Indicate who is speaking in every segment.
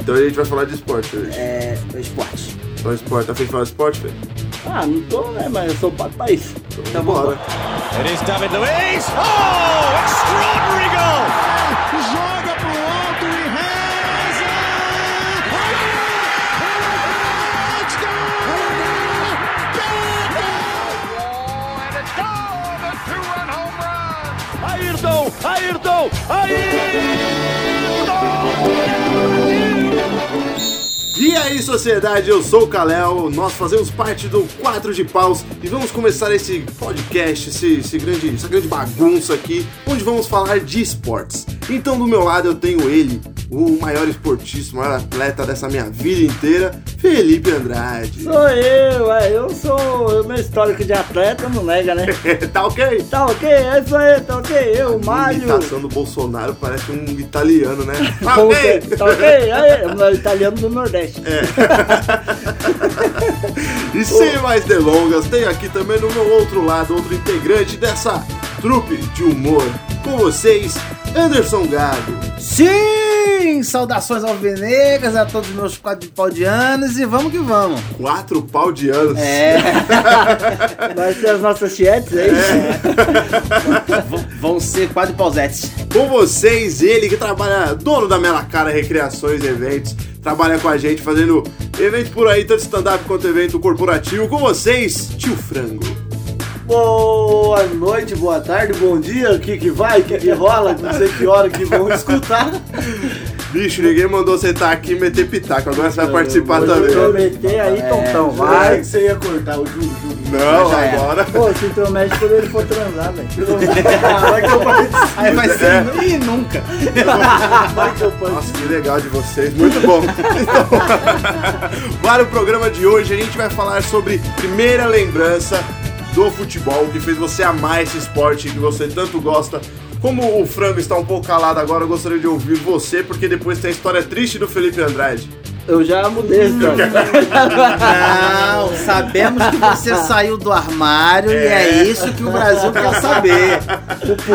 Speaker 1: Então a gente vai falar de esporte hoje.
Speaker 2: É. Esporte.
Speaker 1: Então esporte, tá afim de falar de esporte, Fê?
Speaker 2: Ah, não tô, né? Mas eu sou o pato país.
Speaker 1: Então bora.
Speaker 3: It is David Luiz. Oh, extraordinary goal!
Speaker 4: Joga pro alto e reza!
Speaker 3: Ayrton, Ayrton, Ayrton!
Speaker 1: E aí, sociedade, eu sou o Kalel, nós fazemos parte do Quatro de Paus e vamos começar esse podcast, esse, esse grande, essa grande bagunça aqui, onde vamos falar de esportes. Então, do meu lado, eu tenho ele, o maior esportista, o maior atleta dessa minha vida inteira, Felipe Andrade.
Speaker 2: Sou eu, é. Eu sou. eu- Meu histórico de atleta não nega, né?
Speaker 1: tá ok?
Speaker 2: Tá ok? É isso aí, tá ok? Eu,
Speaker 1: A
Speaker 2: Mário.
Speaker 1: imitação do Bolsonaro parece um italiano, né? Tá
Speaker 2: Como
Speaker 1: ok?
Speaker 2: que- Tá ok? Aí, o meu italiano do Nordeste.
Speaker 1: E sem mais delongas, tem aqui também no meu outro lado, outro integrante dessa trupe de humor. Com vocês, Anderson Gago.
Speaker 5: Sim! Saudações alvinegras a todos os meus quatro de pau de anos e vamos que vamos!
Speaker 1: Quatro pau de anos.
Speaker 5: É,
Speaker 2: Nós temos as nossas chietes, é isso?
Speaker 5: vão ser quatro de pausetes.
Speaker 1: Com vocês, ele que trabalha, dono da Mela Cara Recreações e Eventos, trabalha com a gente fazendo evento por aí, tanto stand-up quanto evento corporativo. Com vocês, tio Frango.
Speaker 6: É. Boa noite, boa tarde, bom dia, o que que vai, o que que rola, não sei que hora que vão escutar.
Speaker 1: Bicho, ninguém mandou você estar aqui e meter pitaco, agora você vai participar
Speaker 2: Se
Speaker 1: também.
Speaker 2: prometer aí,
Speaker 5: Então, É.
Speaker 2: Tontão,
Speaker 6: Vai
Speaker 2: vai.
Speaker 6: que você ia cortar o Júlio, Júlio.
Speaker 1: Não,
Speaker 5: Já era.
Speaker 1: agora.
Speaker 2: Pô, se intromete quando ele for transar, velho.
Speaker 6: Vai que eu participo,
Speaker 5: Aí vai ser
Speaker 1: É.
Speaker 5: Ih, nunca!
Speaker 6: vai que eu participo.
Speaker 1: Nossa, que legal de vocês, muito bom. Então, para o programa de hoje, a gente vai falar sobre primeira lembrança do futebol, que fez você amar esse esporte que você tanto gosta. Como o frango está um pouco calado agora, eu gostaria de ouvir você, porque depois tem a história triste do Felipe Andrade.
Speaker 2: Eu já mudei a
Speaker 6: então.
Speaker 2: história.
Speaker 5: Não, sabemos que você saiu do armário e é isso que o Brasil quer saber. O porquê de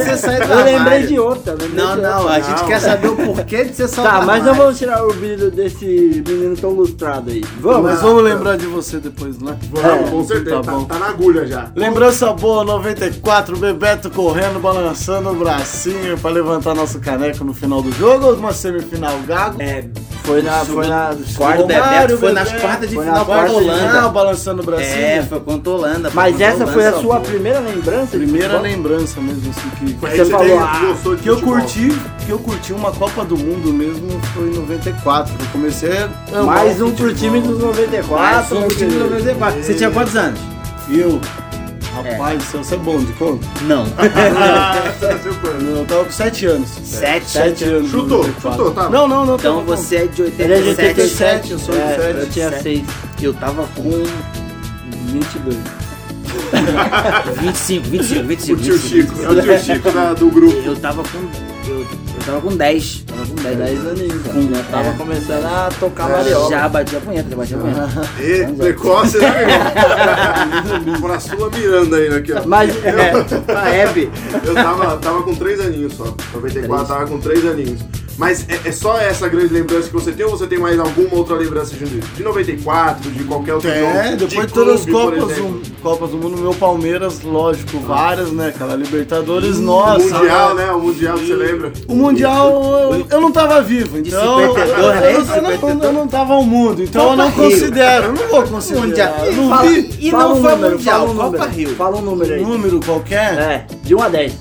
Speaker 5: Ah, você sair do
Speaker 2: Eu
Speaker 5: armário.
Speaker 2: lembrei de outra. lembrei
Speaker 5: Não,
Speaker 2: de
Speaker 5: não,
Speaker 2: outra.
Speaker 5: a gente
Speaker 1: Não.
Speaker 5: quer saber o porquê de você sair do
Speaker 2: Tá,
Speaker 5: armário.
Speaker 2: mas não vamos tirar o brilho desse menino tão lustrado aí. Vamos.
Speaker 6: Mas vamos lembrar de você depois, né?
Speaker 1: Vamos, com certeza,
Speaker 6: tá
Speaker 1: tá,
Speaker 6: bom.
Speaker 1: tá na agulha já.
Speaker 6: Lembrança boa, 94, Bebeto correndo, balançando o bracinho pra levantar nosso caneco no final do jogo ou uma semifinal gago?
Speaker 2: É, foi na. Foi na
Speaker 5: Quarto
Speaker 6: Romário,
Speaker 5: Bebeto é, foi
Speaker 6: Bebeto.
Speaker 5: nas quartas de
Speaker 2: é. Foi
Speaker 5: final
Speaker 2: na
Speaker 5: contra a
Speaker 2: quarta de
Speaker 5: Holanda.
Speaker 6: Não, balançando o bracinho.
Speaker 5: É, foi contra a Holanda. foi
Speaker 2: mas
Speaker 5: contra
Speaker 2: essa foi a
Speaker 5: Holanda,
Speaker 2: sua
Speaker 5: pô.
Speaker 2: primeira lembrança? de
Speaker 6: Primeira
Speaker 2: futebol?
Speaker 6: lembrança mesmo, assim, que...
Speaker 1: Foi
Speaker 2: Você falou,
Speaker 1: teve-
Speaker 2: ah,
Speaker 1: gostou de
Speaker 6: que eu
Speaker 1: futebol.
Speaker 6: curti, que eu curti uma Copa do Mundo mesmo foi em 94. que Eu comecei a amar
Speaker 2: Mais
Speaker 6: o
Speaker 2: um pro
Speaker 6: futebol.
Speaker 2: time dos 94.
Speaker 5: Quatro,
Speaker 2: meu
Speaker 5: o um time do
Speaker 2: querido.
Speaker 5: 94. Você tinha quantos anos?
Speaker 6: E eu, rapaz, do céu, você é bom de conta?
Speaker 5: Não.
Speaker 1: Ah, você nasceu quando?
Speaker 6: Eu tava com 7 anos.
Speaker 5: Sete.
Speaker 6: 7 anos.
Speaker 1: Chutou,
Speaker 6: 94.
Speaker 1: chutou, tá?
Speaker 6: Não, não, não.
Speaker 5: Então
Speaker 6: tava com-
Speaker 5: você é de
Speaker 2: Ele é de
Speaker 5: 87.
Speaker 2: 87, eu sou de
Speaker 6: É,
Speaker 2: 7. Eu tinha
Speaker 5: sete.
Speaker 2: 6.
Speaker 5: Eu tava com
Speaker 2: 22.
Speaker 5: 25, 25,
Speaker 1: O tio
Speaker 5: 25. 25.
Speaker 1: Chico, é o tio Chico da- do grupo.
Speaker 5: Eu tava com. Eu, eu tava com 10. Tava com 10.
Speaker 2: 10 aninhos. cara.
Speaker 5: Com-
Speaker 2: Já tava
Speaker 5: é.
Speaker 2: começando a
Speaker 6: É.
Speaker 2: tocar mariola.
Speaker 5: Já batia a punheta, já batia a punheta.
Speaker 1: E precoce, né, meu irmão? Pra sua Miranda aí, né, aqui, ó.
Speaker 2: Mas é, a Hebe.
Speaker 1: Eu tava, tava com 3 aninhos só. 94 tava com 3 aninhos. Mas é, é só essa grande lembrança que você tem ou você tem mais alguma outra lembrança de, de 94, de qualquer outro jogo?
Speaker 6: É, depois de todas
Speaker 1: todos
Speaker 6: as Copas do, Copas do Mundo, meu Palmeiras, lógico, várias, né, cara? Libertadores, nossa. é.
Speaker 1: O Mundial, né? O Mundial, que você lembra?
Speaker 6: O Mundial eu, eu não tava vivo, então. Eu,
Speaker 5: 52, né?
Speaker 6: eu- eu não, eu não tava ao mundo, então eu não
Speaker 5: Copa Rio.
Speaker 6: considero, eu não vou considerar.
Speaker 5: Mundial.
Speaker 6: eu Não
Speaker 5: Fala-
Speaker 6: vi
Speaker 5: E
Speaker 2: Fala
Speaker 5: não
Speaker 2: um
Speaker 5: foi
Speaker 2: número,
Speaker 5: Mundial,
Speaker 2: fala um
Speaker 5: Copa
Speaker 2: número.
Speaker 5: Rio.
Speaker 2: Fala um número aí.
Speaker 6: um número qualquer.
Speaker 2: É, de 1 a 10.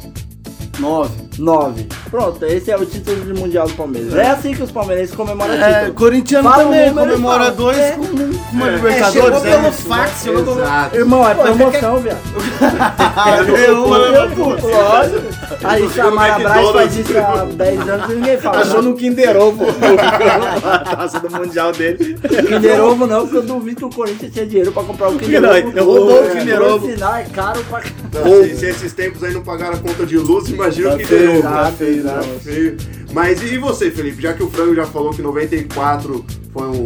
Speaker 6: Nove.
Speaker 2: 9. Pronto, esse é o título de Mundial do Palmeiras. É assim que os palmeirenses comemoram
Speaker 6: É,
Speaker 2: título.
Speaker 6: corintiano
Speaker 2: Fala um
Speaker 6: também
Speaker 2: número e
Speaker 6: comemora
Speaker 2: fala.
Speaker 6: dois
Speaker 2: É.
Speaker 6: com com uma
Speaker 1: É.
Speaker 5: É,
Speaker 6: Libertadores.
Speaker 5: chegou pelo
Speaker 6: né?
Speaker 5: fax, chegou pelo.
Speaker 1: Exato.
Speaker 2: Irmão, é
Speaker 5: Pô, você
Speaker 2: promoção, viado.
Speaker 6: Eu amo.
Speaker 2: Lógico.
Speaker 1: chegou
Speaker 2: Aí
Speaker 1: no
Speaker 2: chamaram a Brás
Speaker 1: McDonald's.
Speaker 2: faz isso há 10 anos e ninguém fala.
Speaker 5: Achou
Speaker 2: não.
Speaker 5: no Kinder Ovo. a taça do Mundial dele.
Speaker 2: Kinder Ovo não, porque eu duvido que o Corinthians tinha dinheiro pra comprar o Kinder
Speaker 5: Não,
Speaker 2: Ovo.
Speaker 5: ele roubou o
Speaker 2: É,
Speaker 5: Kinder
Speaker 2: por
Speaker 5: Ovo.
Speaker 2: sinal, é caro pra caramba.
Speaker 1: Não, se, se esses tempos aí não pagaram a conta de luz, imagina o que deu.
Speaker 6: Tá feio, tá feio.
Speaker 1: Feio. Mas e e você, Felipe? Já que o Frango já falou que 94 foi um,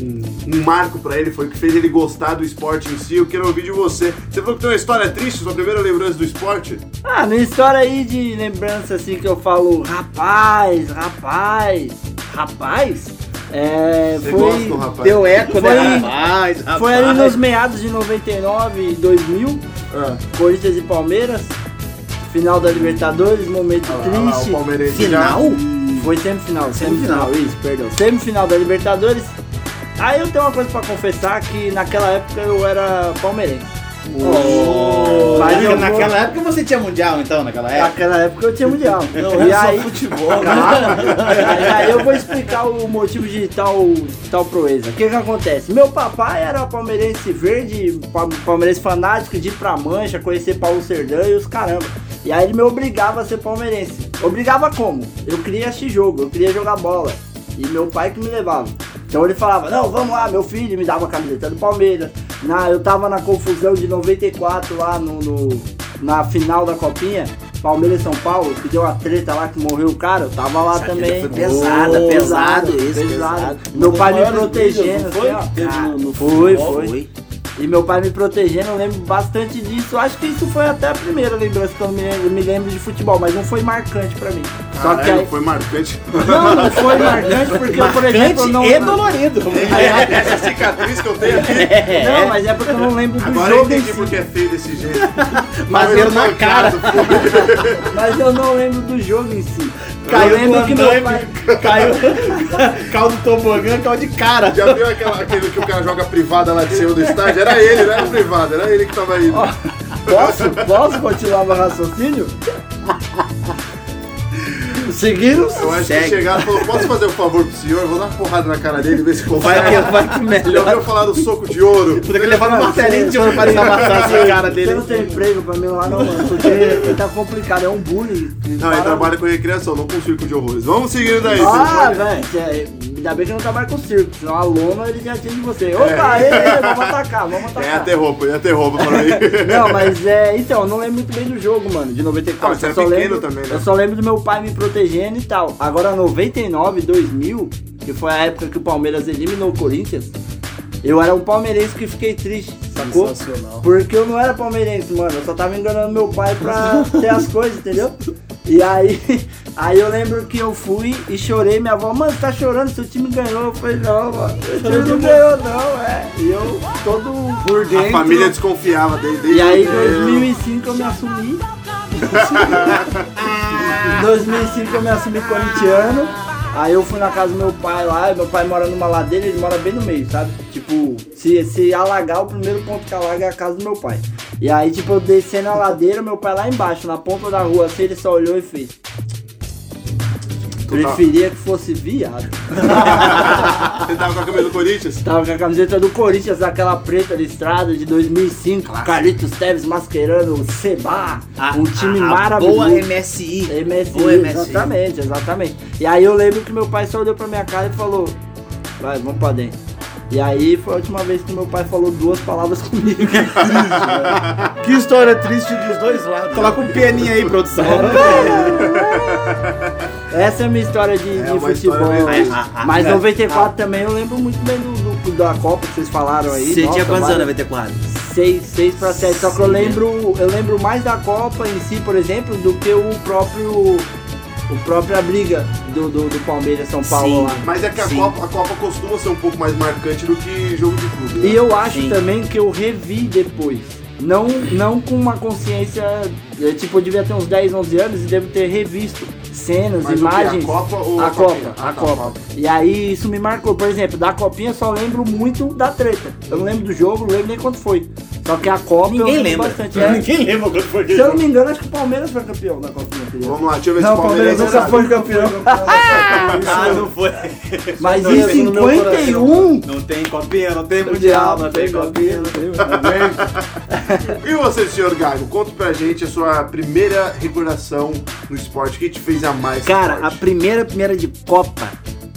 Speaker 1: um- um marco pra ele, foi o que fez ele gostar do esporte em si, eu quero ouvir de você. Você falou que tem uma história triste, sua primeira lembrança do esporte?
Speaker 2: Ah, minha história aí de lembrança assim que eu falo, rapaz, rapaz. rapaz, é,
Speaker 1: Você
Speaker 2: foi.
Speaker 1: gosta do rapaz?
Speaker 5: Deu eco, né?
Speaker 2: Foi-
Speaker 5: Rapaz, rapaz.
Speaker 2: Foi ali nos meados de 99 e 2000,
Speaker 1: Ah,
Speaker 2: Corinthians e Palmeiras, final da Libertadores, momento
Speaker 1: Ah, lá, lá, o
Speaker 2: triste.
Speaker 1: Palmeirense
Speaker 5: Final?
Speaker 2: Foi semifinal,
Speaker 5: Semifinal.
Speaker 2: semifinal, isso, perdão. Semifinal da Libertadores. Aí eu tenho uma coisa pra confessar que naquela época eu era palmeirense.
Speaker 5: Oh,
Speaker 2: Mas eu vou-
Speaker 5: naquela época você tinha mundial, então, naquela época?
Speaker 2: Naquela época eu tinha mundial.
Speaker 6: é. Não,
Speaker 2: e
Speaker 6: é
Speaker 2: aí,
Speaker 6: só futebol,
Speaker 2: aí, aí eu vou explicar o motivo de tal, tal proeza. O que que acontece? Meu papai era palmeirense verde, pa- palmeirense fanático, de ir pra mancha, conhecer Paulo Serdã e os caramba. E aí ele me obrigava a ser palmeirense. Obrigava como? Eu queria assistir jogo, eu queria jogar bola. E meu pai que me levava. Então ele falava, não, vamos lá, meu filho, me dava a camiseta do Palmeiras. Na, eu tava na confusão de 94 lá no, no- na final da copinha, Palmeiras e São Paulo, que deu uma treta lá que morreu o cara, eu tava lá também.
Speaker 5: foi pesada,
Speaker 2: Ô,
Speaker 5: pesado isso, pesado.
Speaker 2: Meu
Speaker 6: Os
Speaker 2: pai me
Speaker 6: maiores
Speaker 2: protegendo,
Speaker 6: brilhos, não foi?
Speaker 2: assim, ó.
Speaker 6: Teve no- no
Speaker 2: foi,
Speaker 6: futebol,
Speaker 2: foi. E meu pai me protegendo, eu lembro bastante disso. Acho que isso foi até a primeira lembrança que eu me eu me lembro de futebol, mas não foi marcante pra mim. Só que
Speaker 1: Caralho,
Speaker 2: aí,
Speaker 1: foi marcante.
Speaker 2: não, não foi marcante porque eu, por exemplo, eu
Speaker 5: Cante
Speaker 2: não.
Speaker 5: e dolorido.
Speaker 1: Essa cicatriz que eu tenho aqui.
Speaker 2: Não, mas é porque eu não lembro do
Speaker 1: Agora eu
Speaker 2: jogo em
Speaker 1: entendi
Speaker 2: si.
Speaker 1: porque é feio desse jeito.
Speaker 5: Bateram na cara.
Speaker 2: Mas eu não lembro do jogo em si. eu
Speaker 5: Caiu no
Speaker 2: lembro que meu pai.
Speaker 5: andaime, caiu caldo tobogã, caldo de cara.
Speaker 1: Já viu aquela, aquele que o cara joga privada lá de cima do estádio? Era ele, não era privada, era ele que tava indo.
Speaker 2: Posso? Posso continuar meu raciocínio? Seguiram?
Speaker 1: Eu acho que
Speaker 5: Segue.
Speaker 1: chegaram e falou, posso fazer um favor pro senhor? Vou dar uma porrada na cara dele, ver se
Speaker 5: Vai
Speaker 1: consegue.
Speaker 5: que, vai que
Speaker 1: Já
Speaker 5: melhor.
Speaker 1: ouviu falar do soco de ouro?
Speaker 5: Puta que levar um martelinho de ouro pra desabassar essa cara
Speaker 2: Você não tem
Speaker 5: dele.
Speaker 2: emprego pra mim lá não, mano. Porque tá complicado, é um bullying.
Speaker 1: Não, ele trabalha com recriação, não com circo de horrores. Vamos seguindo aí.
Speaker 2: Ah,
Speaker 1: vocês podem-
Speaker 2: velho, cê- ainda bem que eu não trabalho com circo, senão a lona ele já atinge você. Opa, ei, ei, vamos atacar, vamos
Speaker 1: É
Speaker 2: atacar.
Speaker 1: até roupa, é até roupa pra mim.
Speaker 2: Não, mas é. Então, eu não lembro muito bem do jogo, mano, de
Speaker 1: Ah,
Speaker 2: 94.
Speaker 1: mas você
Speaker 2: eu,
Speaker 1: era
Speaker 2: só
Speaker 1: pequeno
Speaker 2: lembro,
Speaker 1: também, né?
Speaker 2: eu só lembro do meu pai me protegendo e tal. Agora, 99, 2000, que foi a época que o Palmeiras eliminou o Corinthians, eu era um palmeirense que fiquei triste, sacou?
Speaker 6: Sensacional.
Speaker 2: Porque eu não era palmeirense, mano. Eu só tava enganando meu pai pra ter as coisas, entendeu? E aí, aí eu lembro que eu fui e chorei. Minha avó, mano, você tá chorando? Seu time ganhou. Eu falei, não, mano. Meu time não ganhou, não, é. E eu, todo por
Speaker 1: A família desconfiava dele. desde
Speaker 2: e aí, em
Speaker 1: o-
Speaker 2: 2005 eu me assumi. Em 2005 eu me assumi corintiano. Aí eu fui na casa do meu pai lá. e Meu pai mora numa ladeira, ele mora bem no meio, sabe? Tipo, se, se alagar, o primeiro ponto que alaga é a casa do meu pai. E aí, tipo, eu desci na ladeira, meu pai lá embaixo, na ponta da rua, assim, ele só olhou e fez.
Speaker 1: Tu tá-
Speaker 2: Preferia que fosse viado.
Speaker 1: Você tava com a camisa do Corinthians?
Speaker 2: Tava com a camiseta do Corinthians, aquela preta listrada de 2005. Carlitos Teves masquerando o Seba. um time
Speaker 5: Ah, a
Speaker 2: maravilhoso.
Speaker 5: Boa MSI.
Speaker 2: MSI,
Speaker 5: Boa
Speaker 2: Exatamente, exatamente. E aí eu lembro que meu pai só olhou pra minha cara e falou: Vai, vamos pra dentro. E aí foi a última vez que meu pai falou duas palavras comigo.
Speaker 6: Que história triste dos dois lados. né?
Speaker 5: Coloca um pianinho aí, produção.
Speaker 2: Essa é a minha história de, de
Speaker 1: uma história
Speaker 2: futebol.
Speaker 1: mesmo.
Speaker 2: Mas
Speaker 5: Ah, ah,
Speaker 2: 94 também eu lembro muito bem do, do- da Copa que vocês falaram aí.
Speaker 5: Você tinha
Speaker 2: Nossa,
Speaker 5: quantos
Speaker 2: vários-
Speaker 5: anos, 94?
Speaker 2: 6, 6 para 7. Só que eu
Speaker 5: Sim, né?
Speaker 2: lembro, eu lembro mais da Copa em si, por exemplo, do que o próprio o própria briga do, do, do Palmeiras São Paulo
Speaker 5: Sim.
Speaker 2: lá.
Speaker 1: Mas é que a
Speaker 5: Sim.
Speaker 1: Copa, a Copa costuma ser um pouco mais marcante do que jogo de clube. né?
Speaker 2: E eu acho
Speaker 5: Sim.
Speaker 2: também que eu revi depois. Não, não com uma consciência. eh, Tipo, eu devia ter uns 10, 11 anos e devo ter revisto cenas,
Speaker 1: Mas o quê? A
Speaker 2: imagens.
Speaker 1: Copa ou
Speaker 2: a,
Speaker 1: a
Speaker 2: Copa?
Speaker 1: Copinha?
Speaker 2: A
Speaker 1: Ah, tá,
Speaker 2: Copa.
Speaker 1: tá.
Speaker 2: E aí isso me marcou. Por exemplo, da Copinha eu só lembro muito da treta. Eu não lembro do jogo, não lembro nem quanto foi. Só que a Copa eu
Speaker 5: Ninguém
Speaker 2: lembro
Speaker 5: lembra.
Speaker 2: bastante. É.
Speaker 5: Ninguém lembra quando foi
Speaker 2: Se eu não me engano, acho que o Palmeiras foi campeão da Copinha. entendeu?
Speaker 1: Vamos lá, deixa eu ver se
Speaker 2: Não,
Speaker 1: o Palmeiras
Speaker 2: nunca
Speaker 1: é
Speaker 2: foi campeão.
Speaker 5: Ah, não foi.
Speaker 2: Mas
Speaker 6: Não,
Speaker 2: em
Speaker 6: isso no meu
Speaker 2: 51,
Speaker 5: Não tem copinha, não tem
Speaker 2: mundial,
Speaker 5: mundial, não tem copinha.
Speaker 1: E você, senhor Gago, conta pra gente a sua primeira recordação no esporte. O que te fez a mais
Speaker 5: Cara, a
Speaker 1: esporte?
Speaker 5: primeira, primeira de Copa,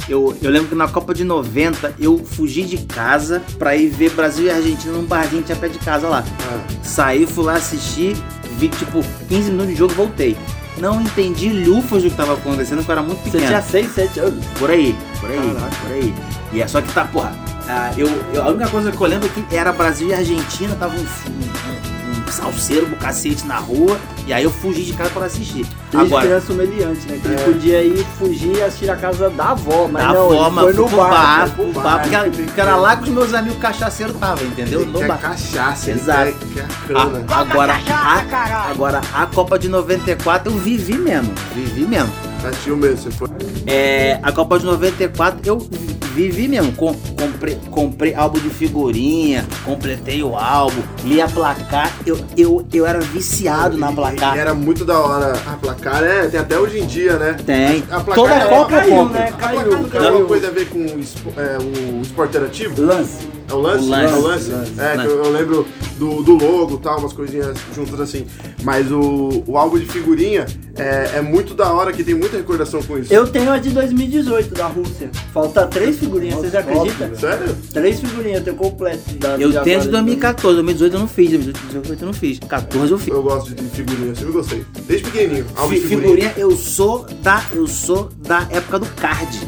Speaker 5: eu, eu lembro que na Copa de 90 eu fugi de casa pra ir ver Brasil e Argentina num barzinho que tinha pé de casa lá.
Speaker 1: Ah.
Speaker 5: Saí, fui lá assistir, vi tipo 15 minutos de jogo e voltei. Não entendi lufas do que tava acontecendo, porque eu era muito
Speaker 2: você
Speaker 5: pequeno.
Speaker 2: tinha 6, 7 anos.
Speaker 5: Por aí, por aí, por aí. E é só que tá, porra. ah, eu, eu- a única coisa que eu lembro é que era Brasil e Argentina, tava um, um- um salseiro pro cacete na rua. E aí eu fugi de casa pra assistir.
Speaker 2: Desde
Speaker 5: Agora,
Speaker 2: criança humilhante, né? Que ele podia ir fugir e assistir a casa da avó, mas
Speaker 5: da
Speaker 2: não, ele
Speaker 5: forma,
Speaker 2: foi no
Speaker 5: pro
Speaker 2: bar.
Speaker 5: bar,
Speaker 2: foi
Speaker 5: pro
Speaker 2: pro
Speaker 5: bar,
Speaker 2: bar.
Speaker 5: porque era- porque era lá que os meus amigos cachaceiros estavam, entendeu?
Speaker 1: Ele
Speaker 5: No
Speaker 1: quer
Speaker 5: bar.
Speaker 1: cachaça, ele
Speaker 5: Exato.
Speaker 1: quer- quer a
Speaker 5: A-
Speaker 2: né?
Speaker 1: cana.
Speaker 5: agora, a, agora, a Copa de 94 eu vivi mesmo. Vivi mesmo.
Speaker 1: Tá tio mesmo, você foi.
Speaker 5: É, a Copa de 94 eu vi- vivi mesmo. Com- comprei, comprei álbum de figurinha, completei o álbum, li a placar. Eu, eu, eu era viciado na placar.
Speaker 1: E Era muito da hora. A placar é, tem até hoje em dia, né?
Speaker 5: Tem.
Speaker 1: A placar
Speaker 5: Toda
Speaker 1: é-
Speaker 5: Copa eu
Speaker 2: caiu,
Speaker 5: compro.
Speaker 2: né?
Speaker 1: A
Speaker 2: Caiu,
Speaker 1: placar não tem
Speaker 2: caiu.
Speaker 1: alguma coisa a ver com o, espo- é, o esporte interativo?
Speaker 2: Lance.
Speaker 1: É o lance?
Speaker 5: O lance,
Speaker 1: é o lance.
Speaker 5: lance,
Speaker 1: é,
Speaker 5: lance.
Speaker 1: que eu, eu lembro do, do logo e tal, umas coisinhas juntas assim. Mas o, o álbum de figurinha é, é muito da hora, que tem muita recordação com isso.
Speaker 2: Eu tenho a de 2018 da Rússia. Falta três figurinhas, vocês acreditam?
Speaker 1: Sério?
Speaker 2: Três figurinhas, eu tenho completo. Da,
Speaker 5: Eu
Speaker 2: da
Speaker 5: tenho
Speaker 2: agora
Speaker 5: de 2014, 2018 eu não fiz, 2018 eu não fiz, 14 eu fiz.
Speaker 1: Eu gosto de figurinha, sempre gostei. Desde pequenininho, álbum
Speaker 5: Fi-
Speaker 1: de figurinha.
Speaker 5: Figurinha, eu sou da, eu sou da época do card.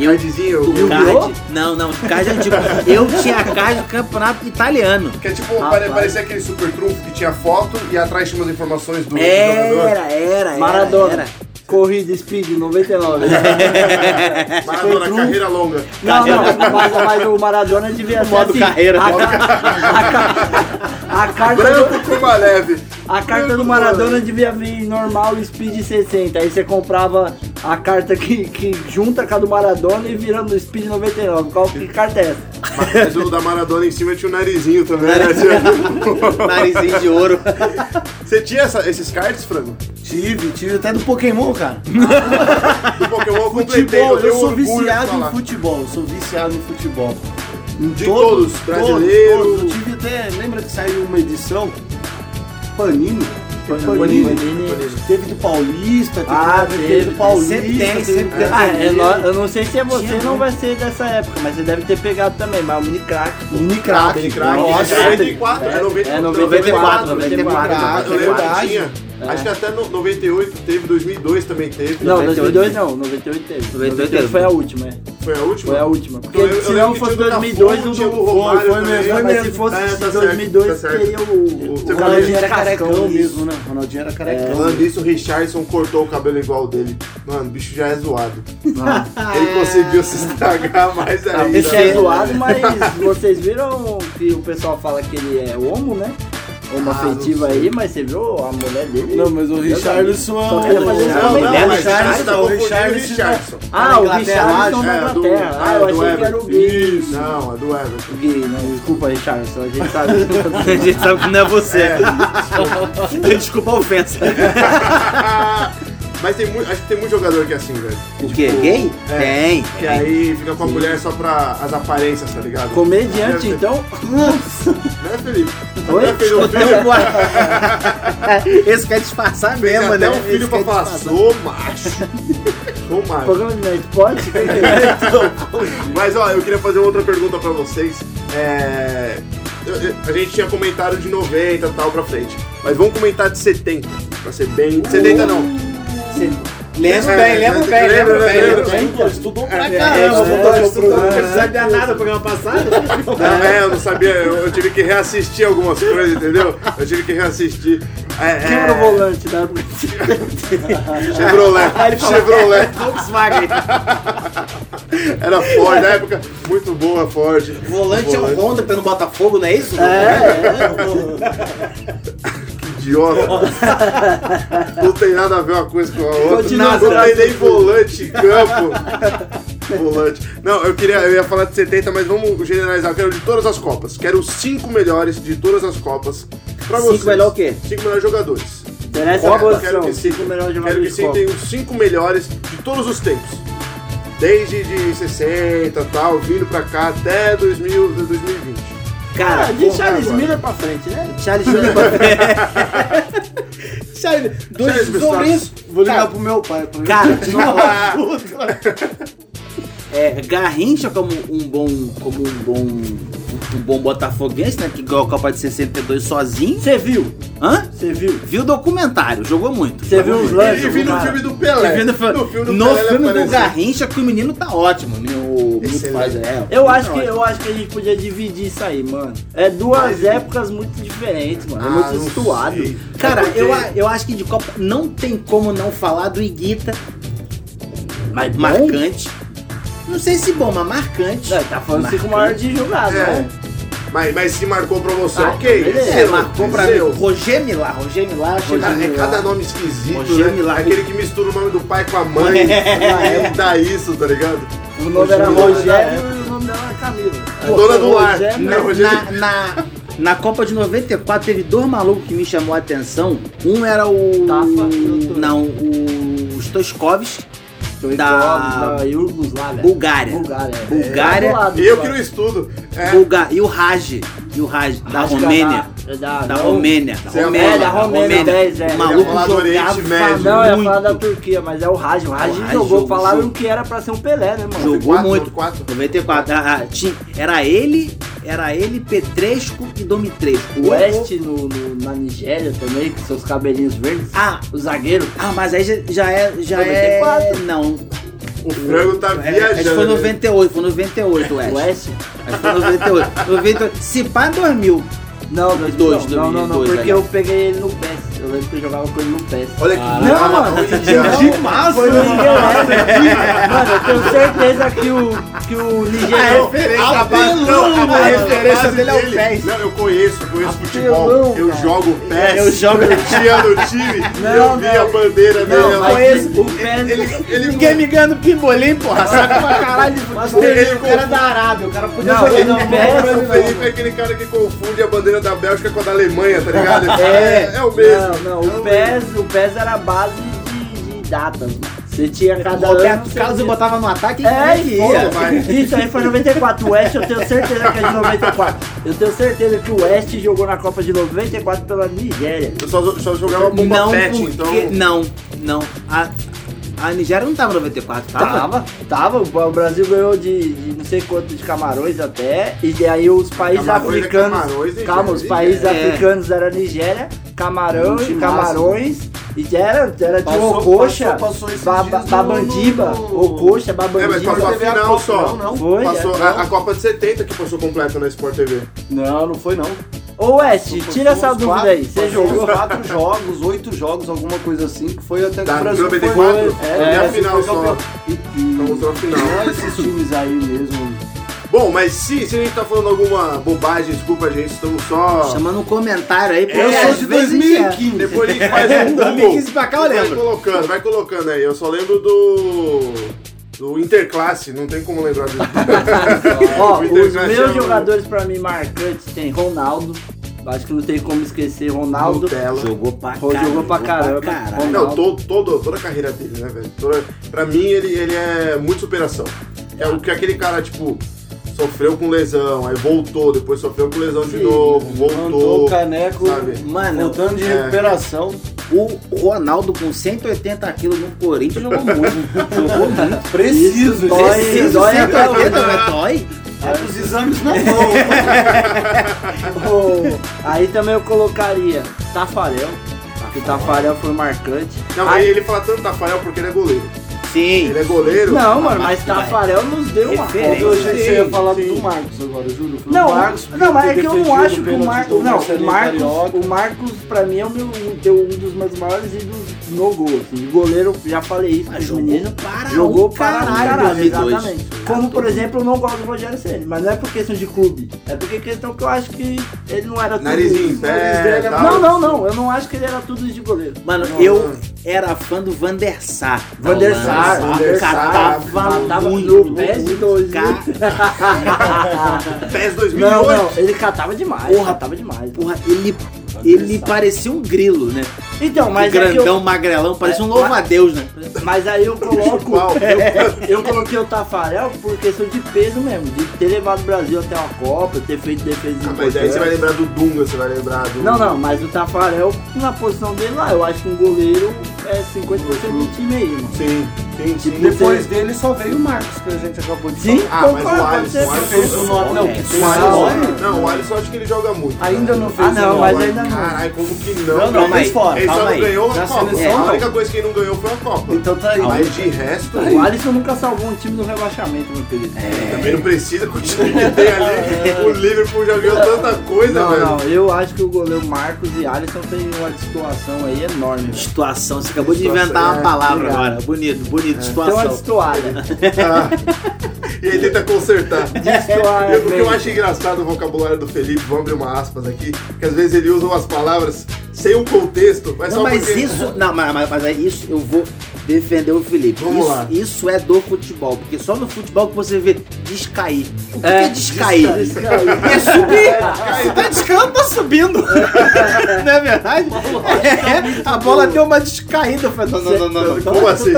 Speaker 5: Eu,
Speaker 1: Cardzinho, eu-
Speaker 5: do
Speaker 1: eu-
Speaker 5: card. Não, não, card é antigo. Eu tinha card do campeonato italiano.
Speaker 1: Que é tipo, pare- parecia aquele super trunfo que tinha foto e atrás tinha umas informações do do
Speaker 5: É,
Speaker 1: jogador.
Speaker 5: Era, era, era.
Speaker 2: Maradona.
Speaker 5: Era.
Speaker 2: Corrida Speed 99.
Speaker 1: Maradona,
Speaker 2: Super
Speaker 1: carreira longa.
Speaker 2: Não, não, mas, mas o Maradona devia ser
Speaker 5: modo
Speaker 2: assim,
Speaker 5: carreira.
Speaker 2: A, ca- a ca- a carta,
Speaker 1: Branco com uma leve.
Speaker 2: a carta do Maradona devia vir normal Speed 60. Aí você comprava a carta que, que junta com a do Maradona e virando Speed 99. Qual que carta é essa?
Speaker 1: Mas o da Maradona em cima tinha o narizinho também, né? Tinha-
Speaker 5: Narizinho de ouro.
Speaker 1: Você tinha essa- esses cards, Frango?
Speaker 6: Tive, tive até do Pokémon, cara.
Speaker 1: Do Pokémon eu completei,
Speaker 6: Futebol,
Speaker 1: tenho
Speaker 6: eu sou
Speaker 1: orgulho de
Speaker 6: viciado em
Speaker 1: falar.
Speaker 6: futebol, eu sou viciado em futebol. Em
Speaker 1: De todos, brasileiro.
Speaker 6: todos, Eu tive até, lembra que saiu uma edição? Panini.
Speaker 2: Panini.
Speaker 6: Teve do Paulista, teve,
Speaker 2: Ah, teve,
Speaker 6: do Paulista.
Speaker 5: sempre tem, sempre tem.
Speaker 2: Ah, eu, não,
Speaker 6: Brasileiro.
Speaker 2: eu não sei se é você, não vai ser dessa época, mas você deve ter pegado também, mas o mini crack.
Speaker 6: Mini
Speaker 1: Crack,
Speaker 6: crack.
Speaker 1: crack.
Speaker 6: Nossa,
Speaker 1: é 94, é 94.
Speaker 2: É
Speaker 5: 94,
Speaker 2: 94,
Speaker 5: 94.
Speaker 2: Ah,
Speaker 1: Caraca, eu
Speaker 6: é
Speaker 1: lembro que
Speaker 6: verdade.
Speaker 1: né? tinha. Acho que até no- 98 teve, 2002 também teve.
Speaker 2: É. Não,
Speaker 5: 98.
Speaker 2: 2002 não, 98 teve.
Speaker 5: 98
Speaker 2: 98 foi a última, é.
Speaker 1: Foi a última?
Speaker 2: Foi a última. Porque
Speaker 1: Eu- Então, eu
Speaker 2: se
Speaker 1: lembro
Speaker 2: não
Speaker 1: que
Speaker 2: fosse
Speaker 1: tinha o da
Speaker 2: 2002,
Speaker 1: Fonte,
Speaker 2: o
Speaker 1: o
Speaker 2: do
Speaker 1: Romário
Speaker 6: foi, foi
Speaker 1: também.
Speaker 6: mesmo, foi
Speaker 2: Mas se
Speaker 6: mesmo.
Speaker 2: fosse
Speaker 1: É, tá certo,
Speaker 2: 2002,
Speaker 1: tá certo.
Speaker 2: teria o.
Speaker 1: O-
Speaker 2: O Ronaldinho era
Speaker 6: carecão
Speaker 2: carecão
Speaker 6: mesmo, né? O Ronaldinho era
Speaker 5: É.
Speaker 6: carecão.
Speaker 1: Falando nisso, É. o Richardson cortou o cabelo igual o dele. Mano, o bicho já é zoado. Ele conseguiu se estragar mais ainda.
Speaker 2: Ah. Esse é zoado, mas vocês viram que o pessoal fala que ele é homo, né? Homo
Speaker 1: Ah, não
Speaker 2: afetivo aí, mas você viu a mulher dele?
Speaker 6: Não, mas o
Speaker 2: Meu Deus,
Speaker 6: Richarlison é
Speaker 2: Só
Speaker 6: um-
Speaker 2: queria fazer esse
Speaker 1: Não, não,
Speaker 2: comentário.
Speaker 1: mas você
Speaker 2: né?
Speaker 1: tá
Speaker 6: o
Speaker 1: confundindo o
Speaker 6: Richarlison-
Speaker 1: Richardson.
Speaker 2: Ah, o
Speaker 6: Inglaterra,
Speaker 2: Richardson
Speaker 1: É,
Speaker 2: da
Speaker 1: do,
Speaker 2: Inglaterra. Ah, eu
Speaker 1: é, do
Speaker 2: achei que era o
Speaker 1: Everton.
Speaker 2: gay.
Speaker 1: Isso, Não, é do Everton.
Speaker 2: Gay, não, desculpa, Richardson, a gente sabe.
Speaker 5: A gente sabe que não é você. Desculpa a ofensa.
Speaker 1: Mas tem muito, acho que tem muito jogador que é assim, velho.
Speaker 5: O quê? Gay?
Speaker 1: é.
Speaker 5: Tem.
Speaker 1: Que aí fica com a mulher só pra as aparências, tá ligado?
Speaker 2: Comediante,
Speaker 1: Deve-
Speaker 2: então.
Speaker 1: Né, Felipe?
Speaker 2: Oi?
Speaker 1: Né, Felipe? O filho-
Speaker 5: Esse quer disfarçar
Speaker 1: Tem
Speaker 5: mesmo, né?
Speaker 1: até um
Speaker 5: Esse
Speaker 1: filho pra
Speaker 5: quer
Speaker 1: falar,
Speaker 5: disfarçar.
Speaker 1: sou macho. Sou macho.
Speaker 2: Programa de é, Night Pod.
Speaker 5: um
Speaker 1: Mas ó, eu queria fazer outra pergunta pra vocês. É, eu- eu- A gente tinha comentário de 90 e tal pra frente. Mas vamos comentar de 70. Pra ser bem.
Speaker 5: Uh!
Speaker 1: 70 não.
Speaker 5: Lembro
Speaker 1: É,
Speaker 5: bem, lembro
Speaker 1: lembra,
Speaker 5: bem, lembro
Speaker 1: lembra,
Speaker 5: bem,
Speaker 1: lembra,
Speaker 5: lembro bem.
Speaker 6: Pô, estudou pra
Speaker 5: é,
Speaker 6: caramba.
Speaker 5: estudou,
Speaker 6: pô,
Speaker 5: estudou.
Speaker 6: estudou.
Speaker 5: Não sabia nada do programa passado?
Speaker 1: É, eu não sabia, eu, eu tive que reassistir algumas coisas, entendeu? Eu tive que reassistir. É, é,
Speaker 2: Quem era o volante né? da época?
Speaker 1: Chevrolet. Chevrolet.
Speaker 5: "É, Volkswagen.
Speaker 1: Era Ford, na época muito boa, Ford.
Speaker 5: Volante
Speaker 6: um
Speaker 5: é o Honda pelo Botafogo, não é isso?
Speaker 1: idiota. Não tem nada a ver uma coisa com a outra.
Speaker 2: Continua, assim.
Speaker 1: não tem
Speaker 2: Brasil.
Speaker 1: nem volante em campo. volante. Não, eu queria, eu ia falar de 70, mas vamos generalizar. Eu quero de todas as copas. Quero os 5 melhores de todas as copas. Pra
Speaker 5: Cinco
Speaker 1: vocês.
Speaker 5: melhor o quê?
Speaker 1: 5 melhores jogadores.
Speaker 2: Interessa a
Speaker 1: Copa, quero que
Speaker 2: posição.
Speaker 1: citem,
Speaker 2: Cinco melhores
Speaker 1: quero que
Speaker 2: jogadores de Copa.
Speaker 1: citem os 5 melhores de todos os tempos. Desde de 60 e tal, vindo pra cá até 2000, 2020.
Speaker 2: Cara, de
Speaker 1: porra,
Speaker 2: Charles
Speaker 1: agora.
Speaker 2: Miller pra frente, né?
Speaker 5: Charles Miller. Charles, dois
Speaker 1: Charles
Speaker 5: sobrinhos.
Speaker 6: Vou ligar
Speaker 5: Cara,
Speaker 6: pro meu pai. tá Pra ver.
Speaker 5: Cara, de
Speaker 6: "Ah,
Speaker 5: novo. é, Garrincha como um bom, como um bom o, o bom botafoguense, né? Que ganhou a Copa de 62 sozinho.
Speaker 2: Você viu?
Speaker 5: Hã?
Speaker 2: Você viu?
Speaker 5: Viu o documentário, jogou muito.
Speaker 2: Você viu os lances?
Speaker 1: E vi no
Speaker 2: cara?
Speaker 1: filme do Pelé.
Speaker 5: Você viu
Speaker 1: No filme do
Speaker 5: no
Speaker 1: Pelé ele
Speaker 5: filme do
Speaker 1: apareceu.
Speaker 5: Garrincha que o menino tá ótimo. O menino, o menino
Speaker 1: Excelente.
Speaker 5: faz, é,
Speaker 2: Eu acho, que, eu acho que a gente podia dividir isso aí, mano. É duas épocas muito diferentes, mano. É
Speaker 1: Ah,
Speaker 2: muito
Speaker 1: não
Speaker 2: situado.
Speaker 1: sei.
Speaker 5: Cara,
Speaker 1: É porque-
Speaker 5: eu, a- eu acho que de Copa não tem como não falar do Iguita
Speaker 2: Mas bom?
Speaker 5: marcante. Não sei se bom, mas marcante.
Speaker 2: Não, tá falando cinco
Speaker 5: Marcante.
Speaker 2: maiores de julgado,
Speaker 1: É.
Speaker 2: né?
Speaker 1: Mas, mas se marcou pra você,
Speaker 2: Ah,
Speaker 1: ok.
Speaker 2: beleza.
Speaker 5: É, marcou pra mim.
Speaker 1: Seu.
Speaker 5: Roger Milá, Roger Milá, achei
Speaker 1: Cara, é
Speaker 5: Roger
Speaker 1: cada
Speaker 5: Milá.
Speaker 1: nome esquisito,
Speaker 5: Rogério
Speaker 1: né?
Speaker 5: Milagre.
Speaker 1: Aquele que mistura o nome do pai com a mãe. é. Dá isso, tá ligado?
Speaker 2: O nome era
Speaker 6: Rogério,
Speaker 2: Rogério e o nome dela era Camila.
Speaker 1: Dona do ar.
Speaker 2: Rogério,
Speaker 1: Não, Rogério.
Speaker 5: Na, na, na Copa de 94 teve dois malucos que me chamou a atenção. Um era o.
Speaker 2: Tafa e outro-
Speaker 5: Não, o Stoikovs,
Speaker 2: Da,
Speaker 5: da
Speaker 2: da Iugoslávia.
Speaker 5: Bulgária.
Speaker 2: né? Bulgária. é.
Speaker 5: Bulgária.
Speaker 2: É do lado,
Speaker 1: E eu
Speaker 2: cara.
Speaker 1: que não estudo. É.
Speaker 5: Bulga- E o Raj, e o Raj, da
Speaker 2: Acho que é
Speaker 5: Romênia.
Speaker 2: Da,
Speaker 5: Da
Speaker 2: não.
Speaker 5: Romênia. Da
Speaker 1: Você ia
Speaker 5: Romênia.
Speaker 1: falar-
Speaker 5: da
Speaker 2: da Tá Romênia, 10, é.
Speaker 5: O maluco
Speaker 1: Ia falar do Oriente
Speaker 5: jogava
Speaker 1: Médio.
Speaker 2: Não, eu ia falar da
Speaker 5: muito.
Speaker 2: Turquia, mas é o Raj. O Raj
Speaker 5: O Raj
Speaker 2: jogou.
Speaker 5: jogou,
Speaker 2: Falaram
Speaker 5: jogou.
Speaker 2: que era pra ser um Pelé, né, mano?
Speaker 5: Jogou
Speaker 1: 94,
Speaker 5: muito.
Speaker 1: 94.
Speaker 5: 94. Ah, ah, tinha- era ele, era ele, Petresco e Domitresco.
Speaker 2: O West no, no- na Nigéria também, com seus cabelinhos verdes.
Speaker 5: Ah,
Speaker 2: O zagueiro.
Speaker 5: ah, mas aí já- já é. Já é
Speaker 2: 94.
Speaker 5: não.
Speaker 1: O frango tá
Speaker 5: É, acho que
Speaker 1: viajando.
Speaker 5: foi 98, foi 98 o
Speaker 2: O
Speaker 5: West.
Speaker 2: West.
Speaker 5: Acho que foi 98. 98. Se pá, 2000.
Speaker 2: Não, dois,
Speaker 5: Dois,
Speaker 2: não,
Speaker 5: né?
Speaker 2: não, não, não,
Speaker 5: 2002,
Speaker 2: porque
Speaker 5: aliás.
Speaker 2: eu peguei ele no PES. Eu lembro que eu jogava com ele no PES.
Speaker 1: Olha que
Speaker 5: Não,
Speaker 1: drama,
Speaker 2: mano.
Speaker 1: olha que drama.
Speaker 5: Que massa! né?
Speaker 2: Foi no Miguel Everton. Mano, eu tenho certeza que o, que o
Speaker 5: Ah, é,
Speaker 2: nigeriano...
Speaker 1: A ba- não, a ba- referência dele é o PES. Não, eu conheço, conheço futebol. Eu jogo PES.
Speaker 5: Eu jogo-
Speaker 1: Eu tinha no time,
Speaker 2: Não,
Speaker 1: eu vi
Speaker 2: não.
Speaker 1: a bandeira dele.
Speaker 2: Não,
Speaker 1: lá.
Speaker 2: mas o PES...
Speaker 1: Ele, ele,
Speaker 5: Ninguém me ganha no pimbolim, porra. Sabe pra caralho de futebol.
Speaker 6: é
Speaker 1: ele
Speaker 6: um
Speaker 5: O cara da Arábia, o cara podia
Speaker 2: Não,
Speaker 5: jogar
Speaker 2: ele
Speaker 5: no
Speaker 2: não
Speaker 1: O
Speaker 2: perde.
Speaker 1: Felipe é aquele cara que confunde a bandeira da Bélgica com a da Alemanha, tá ligado?
Speaker 2: É,
Speaker 1: é o mesmo.
Speaker 2: Não, não, o PES, o PES era a base de, de datas. Você tinha
Speaker 5: O
Speaker 2: cada ano,
Speaker 5: Roberto
Speaker 2: você
Speaker 5: Carlos
Speaker 2: tinha-
Speaker 5: botava no ataque e
Speaker 2: É,
Speaker 5: que
Speaker 2: isso,
Speaker 5: ia.
Speaker 1: vai.
Speaker 2: isso aí foi 94. O West, eu tenho certeza que é de 94. Eu tenho certeza que o West jogou na Copa de 94 pela Nigéria.
Speaker 1: Eu só, só jogava bomba
Speaker 5: Não,
Speaker 1: pet,
Speaker 5: porque...
Speaker 1: então.
Speaker 5: Não, não. A, a Nigéria não tava em 94, tava?
Speaker 2: Tava, tava. O Brasil ganhou de, de não sei quanto de camarões até. E aí os países
Speaker 1: Camarões é
Speaker 2: africanos.
Speaker 1: Camarões, Nigéria,
Speaker 2: calma, os
Speaker 1: Nigéria.
Speaker 2: países
Speaker 5: É. Hum,
Speaker 2: africanos era Nigéria, Camarão,
Speaker 6: Um timaço.
Speaker 2: camarões. E era, era de
Speaker 6: Passou-
Speaker 2: Ocoxa,
Speaker 6: passou- passou esses
Speaker 2: Ba-
Speaker 6: dias no-
Speaker 2: Babandiba,
Speaker 6: no-
Speaker 2: Ocoxa,
Speaker 1: É, mas passou
Speaker 2: Babandiba.
Speaker 1: a
Speaker 6: teve a
Speaker 1: final
Speaker 6: Copa,
Speaker 1: só.
Speaker 6: não, não.
Speaker 2: Foi,
Speaker 1: Passou
Speaker 2: é,
Speaker 1: a, a Copa de 70 que passou completa na Sport TV.
Speaker 6: Não, não foi não.
Speaker 2: Ô West, tira essa
Speaker 6: Uns
Speaker 2: dúvida
Speaker 6: quatro-
Speaker 2: aí. Você
Speaker 6: uns
Speaker 2: jogou?
Speaker 6: quatro jogos, oito jogos, alguma coisa assim, que foi até que
Speaker 1: Da
Speaker 6: o Brasil foi...
Speaker 1: 94?
Speaker 6: foi-
Speaker 1: Foi a
Speaker 6: esse foi
Speaker 1: final
Speaker 6: campeão.
Speaker 1: só.
Speaker 6: E,
Speaker 1: Então
Speaker 6: e
Speaker 1: mostrou a final.
Speaker 6: só esses times aí mesmo.
Speaker 1: Bom, mas se, se a gente tá falando alguma bobagem, desculpa a gente, estamos só.
Speaker 5: Chamando um comentário aí, porque
Speaker 1: Eu sou
Speaker 5: às
Speaker 1: de
Speaker 5: vezes é.
Speaker 1: Depois a gente faz um Google.
Speaker 5: 2015 pra cá eu
Speaker 1: Vai
Speaker 5: lembro.
Speaker 1: colocando, vai colocando aí. Eu só lembro do. Do Interclasse, não tem como lembrar disso.
Speaker 2: Ó,
Speaker 1: O é um
Speaker 2: os
Speaker 1: Internacional-
Speaker 2: meus jogadores pra mim marcantes tem Ronaldo. Acho que não tem como esquecer Ronaldo.
Speaker 1: Nutella.
Speaker 5: Jogou pra
Speaker 2: Jogou
Speaker 5: caralho.
Speaker 2: pra caramba.
Speaker 5: caralho.
Speaker 1: Não, todo, todo, toda a carreira dele, né, velho? Toda, pra mim, ele, ele é muito superação. É o que aquele cara, tipo, sofreu com lesão, aí voltou, depois sofreu com lesão de
Speaker 6: Sim,
Speaker 1: novo,
Speaker 6: Mandou
Speaker 1: voltou.
Speaker 6: o caneco,
Speaker 1: sabe?
Speaker 5: Mano,
Speaker 6: voltando de
Speaker 1: é.
Speaker 6: recuperação.
Speaker 5: O Ronaldo com 180 quilos no Corinthians jogou muito. jogou muito.
Speaker 6: Preciso,
Speaker 2: dói,
Speaker 6: preciso.
Speaker 2: dói
Speaker 6: sim,
Speaker 2: até
Speaker 6: tá
Speaker 2: hoje.
Speaker 6: vendo?
Speaker 5: Dói?
Speaker 6: Tá com os exames na mão.
Speaker 2: Ô, aí também eu colocaria Tafarel. Que o Tafarel foi marcante.
Speaker 1: Não, mas
Speaker 2: Aí-
Speaker 1: ele fala tanto Tafarel porque ele é goleiro.
Speaker 5: Sim.
Speaker 1: Ele é goleiro.
Speaker 2: não, mano, mas
Speaker 5: mas Ah, vai.
Speaker 2: Tafarel nos deu uma
Speaker 5: Referência.
Speaker 6: Eu
Speaker 2: foto.
Speaker 6: achei que você ia
Speaker 1: Sim,
Speaker 6: falar
Speaker 1: sim.
Speaker 6: do Marcos agora, juro. Foi
Speaker 2: Não,
Speaker 6: o Marcos,
Speaker 2: não, mas é
Speaker 6: ter
Speaker 2: que eu não
Speaker 6: defendido
Speaker 2: acho que o
Speaker 6: pênalti
Speaker 2: Marcos.
Speaker 6: do
Speaker 2: Não, o
Speaker 6: Marcelinho
Speaker 2: Marcos,
Speaker 6: Carioca.
Speaker 2: o Marcos, pra mim, é o meu, deu um dos meus maiores ídolos no gol. Assim, de goleiro, já falei isso
Speaker 5: Mas
Speaker 2: pros
Speaker 5: um jogou
Speaker 2: meninos.
Speaker 5: para
Speaker 2: Jogou
Speaker 5: um
Speaker 2: para
Speaker 5: caralho
Speaker 2: caralho,
Speaker 5: em 2002.
Speaker 2: exatamente. Como, por exemplo, eu não gosto do Rogério Ceni, mas não é por questão de clube. É porque questão que eu acho que ele não era tudo
Speaker 1: Narizinho em
Speaker 2: isso.
Speaker 1: pé,
Speaker 2: Nariz dele é-
Speaker 1: tal.
Speaker 2: Não, não, não. Eu não acho que ele era tudo isso de goleiro.
Speaker 5: Mano,
Speaker 2: Não.
Speaker 5: eu era fã do Van der Sar. da
Speaker 2: Van der
Speaker 5: Holanda.
Speaker 2: Sar,
Speaker 1: Van der Sar.
Speaker 5: Catava
Speaker 2: Catava
Speaker 5: muito.
Speaker 2: no PES 2, né?
Speaker 1: PES
Speaker 2: Não,
Speaker 1: 2008.
Speaker 2: não, ele catava demais,
Speaker 5: Porra.
Speaker 2: catava demais.
Speaker 5: Porra, ele, ele parecia um grilo, né?
Speaker 2: Então, mas é que
Speaker 5: grandão,
Speaker 2: eu,
Speaker 5: magrelão, parecia um
Speaker 2: É,
Speaker 5: louva-a-deus, né?
Speaker 2: mas aí eu coloco,
Speaker 1: Qual?
Speaker 2: eu coloquei o Tafarel por questão de peso mesmo, de ter levado o Brasil até uma Copa, ter feito defesa
Speaker 1: Ah, mas aí você vai lembrar do Dunga, você vai lembrar do.
Speaker 2: Não, não, mas o Tafarel, na posição dele lá, eu acho que um goleiro é 50% do time aí, mano.
Speaker 1: Sim. Sim, sim.
Speaker 7: Depois dele só veio o Marcos, que a gente acabou de
Speaker 2: Sim,
Speaker 7: falar.
Speaker 1: Ah, mas
Speaker 2: concordo,
Speaker 1: o Alisson, o
Speaker 2: pode
Speaker 1: Alisson
Speaker 2: ser.
Speaker 7: fez o nome.
Speaker 1: Não,
Speaker 7: Não,
Speaker 1: o
Speaker 7: que
Speaker 1: Alisson,
Speaker 7: bizarro.
Speaker 1: não, o Alisson acho que ele joga muito. né?
Speaker 7: Ainda não fez
Speaker 2: Ah,
Speaker 7: o
Speaker 2: não,
Speaker 7: nome.
Speaker 2: mas ainda não.
Speaker 1: Caralho, como que não?
Speaker 6: Não, não,
Speaker 1: cara?
Speaker 5: mas
Speaker 1: ele
Speaker 5: fora,
Speaker 1: só
Speaker 5: calma
Speaker 1: não
Speaker 5: aí.
Speaker 1: ganhou a
Speaker 7: Na
Speaker 1: Copa. É,
Speaker 7: seleção,
Speaker 1: a
Speaker 7: não.
Speaker 1: única coisa que ele não ganhou foi a Copa.
Speaker 7: Então tá aí.
Speaker 1: Mas de resto,
Speaker 2: O Alisson nunca salvou um time do rebaixamento, meu querido.
Speaker 1: também não precisa com o time que tem ali. O Liverpool já ganhou tanta coisa,
Speaker 2: Não,
Speaker 1: velho.
Speaker 2: não, eu acho que o goleiro Marcos e Alisson tem uma situação aí enorme. velho.
Speaker 5: Situação, você acabou de
Speaker 1: Situação,
Speaker 5: inventar
Speaker 1: é, Então,
Speaker 5: uma palavra
Speaker 2: obrigado.
Speaker 5: agora. Bonito, bonito,
Speaker 2: Tem uma
Speaker 5: situação.
Speaker 2: destoada.
Speaker 1: E aí tenta consertar.
Speaker 2: Destoada.
Speaker 1: Eu, o que eu acho engraçado o vocabulário do Felipe, vamos abrir uma aspas aqui, que às vezes ele usa umas palavras sem o contexto, mas
Speaker 5: Não,
Speaker 1: só um
Speaker 5: mas
Speaker 1: porque...
Speaker 5: isso. Não, mas, mas, mas é isso eu vou defender o Felipe.
Speaker 1: Vamos
Speaker 5: isso,
Speaker 1: lá.
Speaker 5: isso é do futebol, porque só no futebol que você vê descair. O que
Speaker 2: É,
Speaker 5: é, descair? É subir! Você tá descando, tá subindo! não é verdade? É, a bola deu uma descaída. Eu falei, não, não, não, não, não.
Speaker 1: Como assim?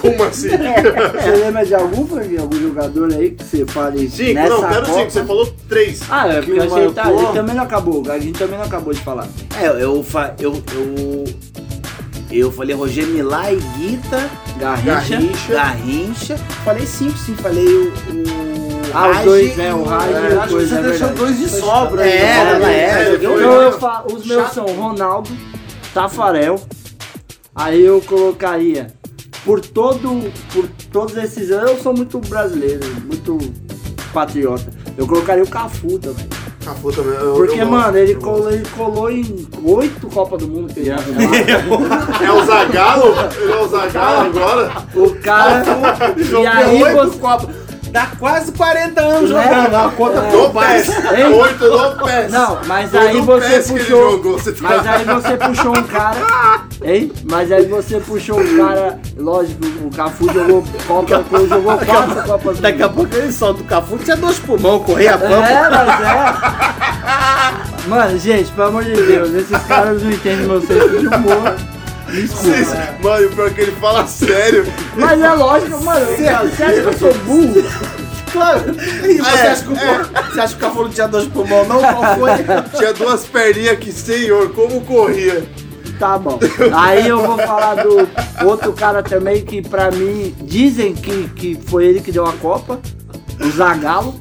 Speaker 1: Como assim?
Speaker 2: Você lembra de algum, Franguinho? Algum jogador aí que você fale
Speaker 1: Cinco,
Speaker 2: nessa
Speaker 1: não, quero
Speaker 2: Copa?
Speaker 1: cinco, você falou três.
Speaker 2: Ah, é,
Speaker 7: Que
Speaker 2: porque eu achei que tá,
Speaker 7: marcou.
Speaker 2: ele também não acabou. A gente também não acabou de falar.
Speaker 5: É, eu, fa- eu, eu, eu falei Rogério Milá e Guita,
Speaker 2: Garrincha.
Speaker 1: Garrincha.
Speaker 5: Garrincha. Falei cinco, sim. Falei o. o
Speaker 2: Ah, os
Speaker 5: Raj
Speaker 2: dois,
Speaker 5: e
Speaker 2: né? O Raj
Speaker 1: É,
Speaker 2: e o
Speaker 7: Acho que
Speaker 2: coisa,
Speaker 7: você
Speaker 2: é
Speaker 7: deixou
Speaker 2: verdade.
Speaker 7: dois de sobra.
Speaker 5: É,
Speaker 7: ainda.
Speaker 5: ela
Speaker 1: É,
Speaker 5: é.
Speaker 1: ele
Speaker 2: Eu,
Speaker 1: foi-
Speaker 2: eu fa- os meus
Speaker 1: Chato.
Speaker 2: são Ronaldo, Tafarel. Aí eu colocaria por todo, por todos esses anos. Eu sou muito brasileiro, muito patriota. Eu colocaria o Cafu também.
Speaker 1: Cafu também. eu- eu
Speaker 2: Porque,
Speaker 1: gosto,
Speaker 2: mano, ele
Speaker 1: eu gosto.
Speaker 2: colou, ele colou em oito Copa do Mundo que ele
Speaker 1: É o Zagalo? Ele é o
Speaker 2: Ah.
Speaker 1: Zagalo agora?
Speaker 2: O cara. e aí você.
Speaker 5: Copa. Dá quase 40 anos
Speaker 2: Né?
Speaker 5: jogando. A conta
Speaker 7: É.
Speaker 1: Do PES!
Speaker 2: Ei.
Speaker 1: Oito do PES!
Speaker 2: Não, mas
Speaker 1: Foi
Speaker 2: aí
Speaker 1: do
Speaker 2: você
Speaker 1: PES que ele
Speaker 2: puxou.
Speaker 1: jogou, você tá-
Speaker 2: Mas aí você puxou um cara. Hein? Mas aí você puxou um cara. Lógico, o Cafu jogou Copa, jogou quatro Copas do
Speaker 5: Daqui a
Speaker 2: Mundo.
Speaker 5: pouco ele solta o Cafu, tinha dois pulmão, correr a pampa.
Speaker 2: É, mas é. Mano, gente, pelo amor de Deus, esses caras não entendem meu senso de humor.
Speaker 1: Vocês- Mano, e o pior é que ele fala sério.
Speaker 2: Mas é lógico, mano, você acha que eu sou burro?
Speaker 5: Claro. E você,
Speaker 1: É,
Speaker 5: acha que o, você acha que o Cafu não tinha dois pulmão, não? Qual foi?
Speaker 1: Tinha duas perninhas que, senhor, como corria.
Speaker 2: Tá bom. Aí eu vou falar do outro cara também que pra mim dizem que, que foi ele que deu a Copa. O Zagalo.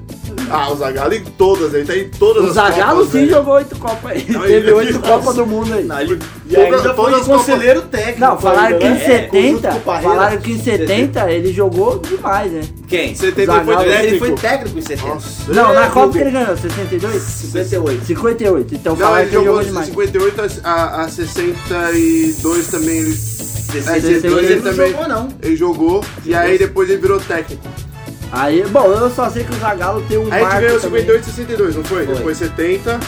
Speaker 1: Ah, o Zagalo em todas, ele tá em todas
Speaker 2: O
Speaker 1: as
Speaker 2: Zagalo
Speaker 1: Copas,
Speaker 2: sim
Speaker 1: velho.
Speaker 2: jogou oito Copas aí.
Speaker 1: Não,
Speaker 2: Teve
Speaker 1: ele-
Speaker 2: oito Copas do Mundo aí.
Speaker 1: Ele-
Speaker 7: E ainda
Speaker 1: todas-
Speaker 7: foi
Speaker 1: todas
Speaker 7: de
Speaker 1: as Copas-
Speaker 7: conselheiro técnico.
Speaker 2: Não, falaram que
Speaker 7: ainda,
Speaker 2: em
Speaker 7: né? É, conjunto
Speaker 2: 70.
Speaker 7: com Parreira.
Speaker 2: Falaram que em 70 ele jogou demais, né?
Speaker 5: Quem?
Speaker 1: 70
Speaker 2: Zagallo,
Speaker 1: foi
Speaker 5: Ele foi
Speaker 1: técnico.
Speaker 5: técnico em 70.
Speaker 1: Nossa.
Speaker 2: Não, na Copa que ele ganhou, 62?
Speaker 5: 58.
Speaker 2: 58. Então
Speaker 1: Não,
Speaker 2: falaram
Speaker 1: ele
Speaker 2: que ele
Speaker 1: jogou
Speaker 2: jogou
Speaker 1: de
Speaker 2: demais.
Speaker 1: 58 a, a, a 62 também. Ele,
Speaker 5: 62 ele não
Speaker 1: também.
Speaker 5: jogou, não.
Speaker 1: ele jogou e aí depois ele virou técnico.
Speaker 2: Aí, bom, eu só sei que o Zagalo tem um
Speaker 1: Aí a gente
Speaker 2: marco
Speaker 1: ganhou
Speaker 2: também.
Speaker 1: 58 e 62, não foi?
Speaker 5: Foi.
Speaker 1: Depois 70.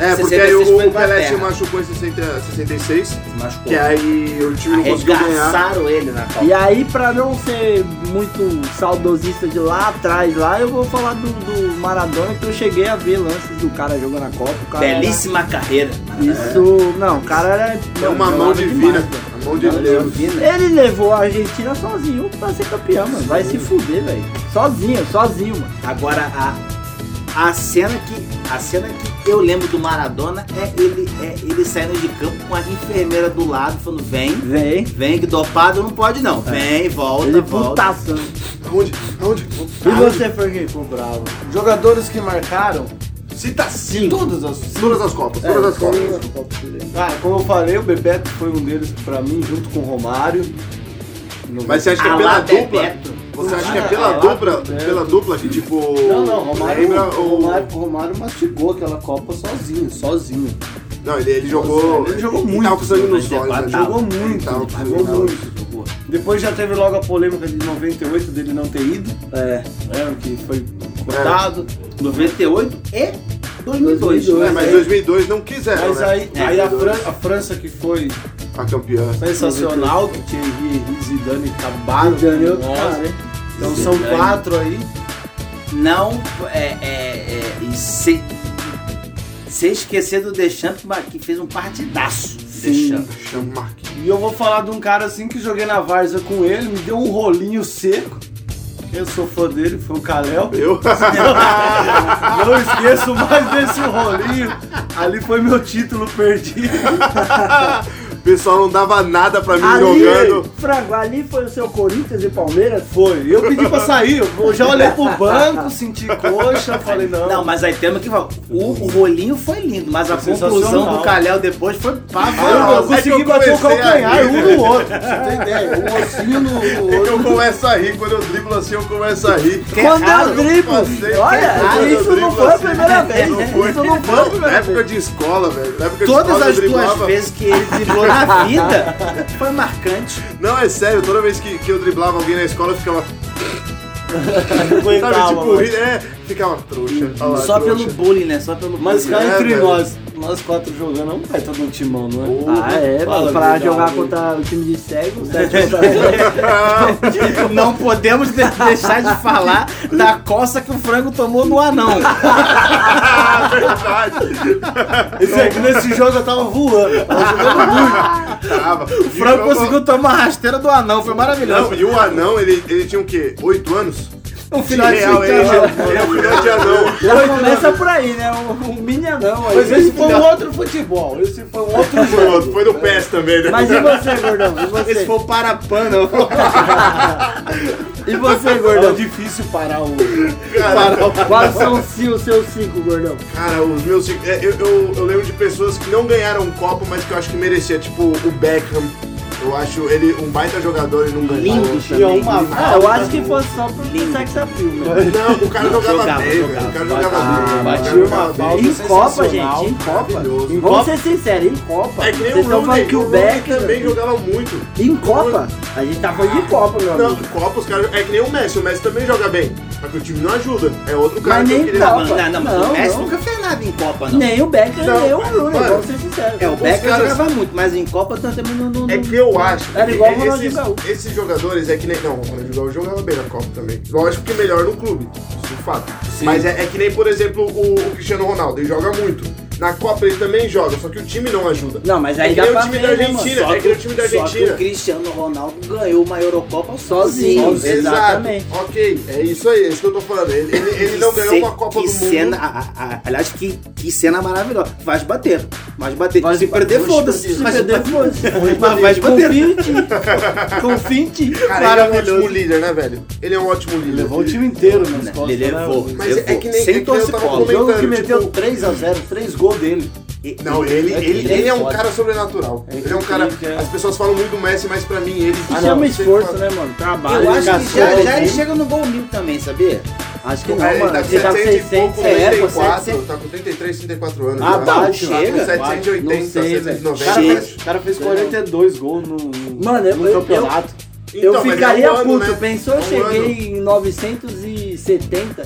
Speaker 1: É, porque
Speaker 5: 66
Speaker 1: aí o,
Speaker 5: foi
Speaker 1: o Pelé se
Speaker 5: Inglaterra.
Speaker 1: machucou em 60, 66.
Speaker 5: Se machucou.
Speaker 1: Que aí o time não conseguiu ganhar.
Speaker 5: Arregaçaram ele na Copa.
Speaker 2: E aí, pra não ser muito saudosista de lá atrás, lá, eu vou falar do, do Maradona, que eu cheguei a ver lances do cara jogando a Copa. o cara era-
Speaker 5: Belíssima carreira.
Speaker 2: Isso, não, o cara era...
Speaker 1: É uma
Speaker 2: não,
Speaker 1: mão
Speaker 2: jogava
Speaker 1: divina.
Speaker 2: demais, velho.
Speaker 1: A mão de Deus.
Speaker 2: Ele levou a Argentina sozinho pra ser campeão, mano. Vai se fuder, velho. Sozinho, sozinho, mano.
Speaker 5: Agora a a cena que a cena que eu lembro do Maradona é ele é ele saindo de campo com a enfermeira do lado falando vem,
Speaker 2: Vem.
Speaker 5: vem que dopado não pode não. Vem, volta,
Speaker 2: Ele
Speaker 5: volta.
Speaker 2: putaçando.
Speaker 1: Aonde? Aonde?
Speaker 2: E você, Franguinho?
Speaker 7: Bravo. Jogadores que marcaram
Speaker 1: Cita cinco.
Speaker 7: todas as
Speaker 1: Todas as Copas, É. todas as Copas.
Speaker 7: Cara, Ah, como eu falei, o Bebeto foi um deles que pra mim, junto com o Romário. Não-
Speaker 1: Mas você acha que é
Speaker 5: Alá
Speaker 1: pela dupla?
Speaker 5: Bebeto.
Speaker 1: Você acha que é
Speaker 7: Ah,
Speaker 1: pela
Speaker 7: lá,
Speaker 1: dupla?
Speaker 7: Bebeto.
Speaker 1: Pela dupla que tipo.
Speaker 7: Não, não, o Romário,
Speaker 1: Lembra
Speaker 7: o... Romário,
Speaker 1: o.
Speaker 7: o Romário mastigou aquela Copa sozinho, sozinho.
Speaker 1: Ah, Não, ele, ele jogou.
Speaker 7: Ele jogou muito.
Speaker 1: Tava com sangue nos olhos.
Speaker 5: 94
Speaker 1: né?
Speaker 5: tava.
Speaker 7: Jogou muito,
Speaker 1: Tava com sangue
Speaker 7: jogou
Speaker 1: nos olhos.
Speaker 7: muito. Depois já teve logo a polêmica de 98 dele não ter ido,
Speaker 2: É.
Speaker 7: né, que foi
Speaker 1: É.
Speaker 7: cortado.
Speaker 5: 98 e 2002.
Speaker 1: É, mas 2002 não quiseram.
Speaker 7: Mas
Speaker 1: né?
Speaker 7: aí, aí a,
Speaker 1: 2002,
Speaker 7: Fran- a França que foi
Speaker 1: A campeã.
Speaker 7: sensacional, que tinha Henry, Zidane, Cabado,
Speaker 2: Zidane, é outro cara, hein?
Speaker 7: Então são
Speaker 5: Zidane.
Speaker 7: quatro aí.
Speaker 5: Não é, é, é e se, se esquecer do Deschamps que fez um partidaço. Deschamps.
Speaker 1: Chama aqui.
Speaker 7: E eu vou falar de um cara assim que joguei na Varza com ele, me deu um rolinho seco. Eu sou fã dele, foi o Kalel.
Speaker 1: Eu?
Speaker 7: Não esqueço mais desse rolinho. Ali foi meu título perdido.
Speaker 1: pessoal não dava nada pra mim
Speaker 2: Ali,
Speaker 1: Tá jogando.
Speaker 2: Frango, ali foi o seu Corinthians e Palmeiras?
Speaker 7: Foi. Eu pedi pra sair, eu já olhei pro banco, senti coxa, falei, não.
Speaker 5: Não, mas aí temos que falar. O, o rolinho foi lindo, mas a conclusão
Speaker 7: sensacional.
Speaker 5: do Calhau depois foi
Speaker 7: eu, Ah, eu
Speaker 5: pavorosa.
Speaker 1: é que eu
Speaker 7: consegui bater o
Speaker 1: comecei a
Speaker 7: calcanhar
Speaker 1: rir,
Speaker 7: um no outro. pra Você
Speaker 5: É,
Speaker 7: tem ideia? Um ossinho no, no
Speaker 1: É que
Speaker 7: outro.
Speaker 1: eu começo a rir, quando eu driblo assim, eu começo a rir.
Speaker 2: Quando eu
Speaker 5: raro,
Speaker 2: driblo,
Speaker 1: Passei-
Speaker 2: olha,
Speaker 1: Quando eu
Speaker 2: isso não
Speaker 1: driblo
Speaker 2: foi a
Speaker 1: assim,
Speaker 2: primeira vez.
Speaker 1: Não foi.
Speaker 2: Isso não foi a
Speaker 1: Na
Speaker 2: primeira
Speaker 1: época
Speaker 2: vez.
Speaker 1: de escola, velho. Na época de
Speaker 5: Todas
Speaker 1: escola, eu
Speaker 5: as duas
Speaker 1: driblava-
Speaker 5: vezes que ele driblou na vida foi marcante.
Speaker 1: Não, é sério, toda vez que, que eu driblava alguém na escola, eu ficava.
Speaker 6: aguentava,
Speaker 1: Sabe, tipo,
Speaker 6: mano.
Speaker 1: ri- é, ficava trouxa.
Speaker 2: Hum,
Speaker 1: olha lá,
Speaker 5: Só
Speaker 1: trouxa.
Speaker 5: pelo bullying, né? Só pelo
Speaker 7: Mas
Speaker 5: bullying.
Speaker 7: cá
Speaker 1: É,
Speaker 7: entre
Speaker 1: velho.
Speaker 7: nós, nós quatro jogando é um baita de um timão, não é?
Speaker 2: Ah, é,
Speaker 7: Fala
Speaker 2: pra
Speaker 7: a verdade.
Speaker 2: jogar contra o time de cego, 7 contra
Speaker 5: Não podemos de- deixar de falar da coça que o frango tomou no anão.
Speaker 1: Ah, verdade.
Speaker 7: Esse aqui nesse jogo eu tava voando.
Speaker 1: Tava.
Speaker 5: O frango conseguiu tomar a rasteira do anão, foi maravilhoso.
Speaker 1: Não, e o anão, ele, ele tinha o quê? Oito anos?
Speaker 5: Um filhotinho
Speaker 1: Real,
Speaker 5: de
Speaker 1: ele, ele,
Speaker 5: anão.
Speaker 1: é um filhote de anão.
Speaker 2: Já começa por aí, né? Um, um mini anão aí.
Speaker 7: Mas esse foi um outro futebol. Esse foi um outro
Speaker 1: Foi,
Speaker 7: jogo.
Speaker 1: outro, foi do PES também, né?
Speaker 2: Mas e você, gordão? E você?
Speaker 5: Esse foi o parapano.
Speaker 2: E você,
Speaker 7: Era
Speaker 2: gordão?
Speaker 7: difícil parar o.
Speaker 1: Cara,
Speaker 2: Quais são os ci- os seus cinco, gordão?
Speaker 1: Cara, os meus. é, Eu, eu, eu lembro de pessoas que não ganharam um copo, mas que eu acho que merecia, tipo o Beckham. Eu acho ele um baita jogador e não ganhou.
Speaker 5: Lindo
Speaker 7: Tinha
Speaker 5: também.
Speaker 7: uma
Speaker 2: Ah, eu acho que fosse só pro né? sex appeal, meu.
Speaker 1: Não, o cara jogava,
Speaker 5: Jogava,
Speaker 1: bem, velho.
Speaker 5: jogava.
Speaker 1: O cara jogava bem. O cara
Speaker 7: batia
Speaker 1: jogava
Speaker 7: uma
Speaker 1: bem.
Speaker 7: falta.
Speaker 2: Em Copa, gente,
Speaker 7: sensacional.
Speaker 2: em Copa.
Speaker 1: Maravilhoso.
Speaker 2: Vamos ser sinceros, em Copa.
Speaker 1: É que nem
Speaker 2: Vocês
Speaker 1: o
Speaker 2: estão
Speaker 1: Rooney.
Speaker 2: falando que
Speaker 1: o
Speaker 2: o
Speaker 1: Rooney
Speaker 2: Beckham...
Speaker 1: também jogava muito.
Speaker 2: Em Copa? A gente tá falando de Copa, meu
Speaker 1: Não,
Speaker 2: amigo.
Speaker 1: Copa, os caras. É que nem o Messi. O Messi também joga bem. Só que o time não ajuda. É outro cara
Speaker 2: Mas
Speaker 1: que eu
Speaker 2: nem
Speaker 1: queria.
Speaker 2: Copa.
Speaker 5: Não, não, Né, mas
Speaker 2: Não,
Speaker 5: o Messi
Speaker 2: não.
Speaker 5: nunca fez nada em Copa, não.
Speaker 2: Nem o Beckham,
Speaker 1: Não,
Speaker 2: nem o
Speaker 1: mas,
Speaker 2: Rooney,
Speaker 1: mano,
Speaker 2: vamos ser sinceros.
Speaker 5: É, o Becker
Speaker 1: caras-
Speaker 5: jogava muito, mas em Copa nós também não... não-
Speaker 1: É
Speaker 5: não-
Speaker 1: que eu acho.
Speaker 2: Era igual o
Speaker 1: que
Speaker 2: Ronaldinho
Speaker 1: esses,
Speaker 2: Gaúcho.
Speaker 1: esses jogadores é que nem. Não, o Ronaldinho Gaúcho jogava bem na Copa também. Lógico que melhor no clube, isso é um fato. Mas é, é que nem, por exemplo, o, o Cristiano Ronaldo, ele joga muito. Na Copa ele também joga, só que o time não ajuda.
Speaker 2: Não, mas
Speaker 1: é
Speaker 2: aí
Speaker 1: que
Speaker 2: dá
Speaker 1: nem o
Speaker 2: pra
Speaker 1: time da
Speaker 2: ver, né,
Speaker 1: Argentina,
Speaker 2: mano?
Speaker 1: é que nem o time da
Speaker 5: Só que o
Speaker 1: Argentina.
Speaker 5: Cristiano Ronaldo ganhou uma Eurocopa sozinho.
Speaker 2: Sozinho. exatamente.
Speaker 1: Exato. Ok, é isso aí, é isso que eu tô falando. Ele, ele- ele
Speaker 5: Que
Speaker 1: não ganhou
Speaker 5: ce-
Speaker 1: uma Copa
Speaker 5: que
Speaker 1: do Mundo.
Speaker 5: Cena, a- a- a- aliás, que, que cena maravilhosa. Vai bater. Vai bater.
Speaker 2: Vai
Speaker 5: se
Speaker 2: bater,
Speaker 5: perder,
Speaker 2: vai
Speaker 5: foda-se.
Speaker 2: se
Speaker 5: Mas
Speaker 2: perder, foda-se.
Speaker 5: Vai bater.
Speaker 2: Confia em ti. Confia em ti.
Speaker 1: Cara, ele é um ótimo líder, né, velho? Ele é um ótimo líder.
Speaker 7: Levou o time inteiro nas costas.
Speaker 5: Ele levou.
Speaker 7: Né?
Speaker 1: Mas é
Speaker 5: levou.
Speaker 1: que nem- é
Speaker 5: Sem
Speaker 1: que nem eu
Speaker 5: torcer
Speaker 1: tava
Speaker 5: bola.
Speaker 1: comentando.
Speaker 7: Jogo que meteu
Speaker 1: Tipo,
Speaker 7: 3x0, 3 gols dele.
Speaker 1: Não, ele, ele, ele, é um cara sobrenatural.
Speaker 7: É
Speaker 1: Ele é um cara.
Speaker 7: incrível, é.
Speaker 1: As pessoas falam muito do Messi, mas pra mim ele.
Speaker 2: Isso chama
Speaker 1: Sempre
Speaker 2: esforço,
Speaker 1: fala-
Speaker 2: né, mano? Trabalho.
Speaker 5: Eu acho que já, já ele
Speaker 2: Acho
Speaker 5: chega no gol mil também, sabia?
Speaker 2: que não,
Speaker 1: É, ele
Speaker 2: mano.
Speaker 1: tá com
Speaker 2: Ele tá com
Speaker 1: 700 e pouco,
Speaker 2: 600, é, pô,
Speaker 1: 34, tá com 33, 34 anos.
Speaker 7: Ah,
Speaker 1: já.
Speaker 7: tá,
Speaker 1: tá com
Speaker 5: chega,
Speaker 1: 780,
Speaker 7: não sei, velho. O cara,
Speaker 1: 790.
Speaker 7: fez, o cara fez 42 gols no, no,
Speaker 2: Mano, eu-
Speaker 7: no
Speaker 2: eu-
Speaker 7: campeonato.
Speaker 1: Então,
Speaker 2: eu
Speaker 1: mas é um
Speaker 2: ficaria
Speaker 1: ano,
Speaker 2: puto.
Speaker 1: né?
Speaker 2: Pensou,
Speaker 1: É
Speaker 2: eu
Speaker 1: um
Speaker 2: cheguei
Speaker 1: ano.
Speaker 2: em 970.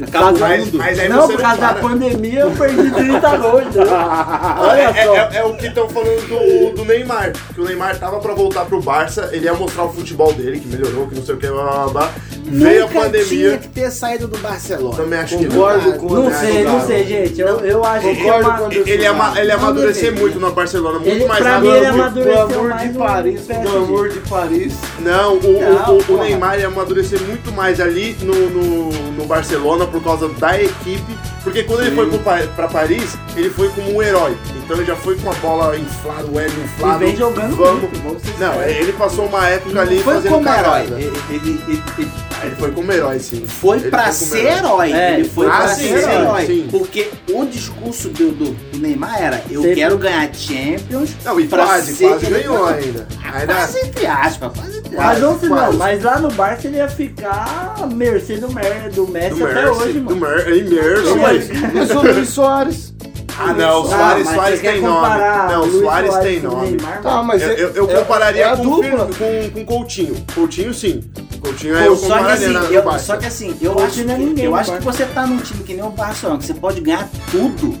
Speaker 5: Acaba o
Speaker 1: Mas-
Speaker 5: mundo.
Speaker 1: mas aí
Speaker 2: não,
Speaker 1: você
Speaker 2: por causa
Speaker 1: para.
Speaker 2: da pandemia eu perdi 30 gols. entendeu?
Speaker 1: É,
Speaker 2: Olha
Speaker 1: é-
Speaker 2: só.
Speaker 1: é- é o que estão falando do, do Neymar. Que o Neymar tava pra voltar pro Barça, ele ia mostrar o futebol dele, que melhorou, que não sei o que, blá blá blá. blá. Veio a
Speaker 5: Nunca tinha
Speaker 1: pandemia.
Speaker 5: que ter saído do Barcelona.
Speaker 1: Também acho que
Speaker 7: Concordo
Speaker 1: não. né?
Speaker 7: com
Speaker 2: Não sei, não
Speaker 7: Galo.
Speaker 2: sei, gente. Eu, eu acho que é
Speaker 7: Concordo
Speaker 2: uma...
Speaker 7: com o Anderson
Speaker 1: Ele ia, ama-
Speaker 7: Galo.
Speaker 1: ele ia
Speaker 2: Não
Speaker 1: amadurecer
Speaker 2: deveria.
Speaker 1: muito no Barcelona, muito
Speaker 2: Ele-
Speaker 1: mais
Speaker 2: pra
Speaker 1: rápido.
Speaker 2: mim, ele
Speaker 1: muito-
Speaker 2: amadureceu
Speaker 7: Do amor
Speaker 2: mais
Speaker 7: de
Speaker 2: no
Speaker 7: Paris,
Speaker 2: PSG.
Speaker 7: do amor de Paris.
Speaker 1: Não, o, o-
Speaker 2: Não,
Speaker 1: o- o
Speaker 2: porra.
Speaker 1: Neymar ia amadurecer muito mais ali no, no, no Barcelona por causa da equipe. Porque quando ele foi pro Pa- pra Paris, ele foi como um herói. Então ele já foi com a bola inflada, o ego inflado.
Speaker 2: E vem jogando
Speaker 1: vamos.
Speaker 2: muito, vamos ser
Speaker 1: Não, é
Speaker 2: sinceros.
Speaker 1: ele passou uma época ali
Speaker 5: Não foi
Speaker 1: fazendo
Speaker 5: como herói.
Speaker 1: cagada.
Speaker 5: Ele, ele- ele- ele
Speaker 1: Ah, Ele foi como herói, sim.
Speaker 5: foi
Speaker 1: Ele
Speaker 5: pra
Speaker 1: foi como
Speaker 5: ser herói.
Speaker 2: É,
Speaker 5: ele foi
Speaker 1: ah,
Speaker 5: pra
Speaker 1: sim,
Speaker 5: ser
Speaker 1: sim,
Speaker 5: herói.
Speaker 1: sim.
Speaker 5: Porque o discurso do, do- do Neymar era: eu
Speaker 2: Sempre.
Speaker 5: quero ganhar Champions.
Speaker 1: Não, e
Speaker 5: pra
Speaker 1: quase,
Speaker 5: ser
Speaker 1: quase
Speaker 5: aquele-
Speaker 1: ganhou ainda. Ainda-
Speaker 5: Quase entre aspas, quase entre
Speaker 2: Mas
Speaker 5: aspas.
Speaker 2: não se não,
Speaker 1: Quase.
Speaker 2: mas lá no Barça ele ia ficar à mercê do, Mer, do Messi
Speaker 1: do
Speaker 2: até
Speaker 1: Mercy,
Speaker 2: hoje,
Speaker 1: do
Speaker 2: mano.
Speaker 1: Mer, e Mercy,
Speaker 2: Não,
Speaker 1: mas-
Speaker 7: Mas o Luiz Soares.
Speaker 1: Ah, não, o
Speaker 2: Ah,
Speaker 1: Soares,
Speaker 2: mas
Speaker 1: Soares
Speaker 2: você quer
Speaker 1: tem nome.
Speaker 2: comparar
Speaker 1: Não, o
Speaker 2: Luiz
Speaker 1: Soares tem
Speaker 2: com o
Speaker 1: nome.
Speaker 2: Neymar,
Speaker 7: Tá,
Speaker 2: mano?
Speaker 7: mas
Speaker 1: Eu,
Speaker 7: é-
Speaker 1: eu, eu
Speaker 7: é-
Speaker 1: compararia
Speaker 7: é a
Speaker 1: com,
Speaker 7: dupla.
Speaker 1: com, com Coutinho. Coutinho, sim. Coutinho é eu
Speaker 5: só que,
Speaker 1: compararia
Speaker 5: assim,
Speaker 1: na- no
Speaker 5: eu,
Speaker 1: Barça.
Speaker 5: só que assim, eu
Speaker 2: Hoje
Speaker 5: acho
Speaker 2: não é
Speaker 5: que,
Speaker 2: ninguém
Speaker 5: eu
Speaker 2: no
Speaker 5: acho que
Speaker 2: Barça.
Speaker 5: você tá num time que nem o Barcelona, que você pode ganhar tudo.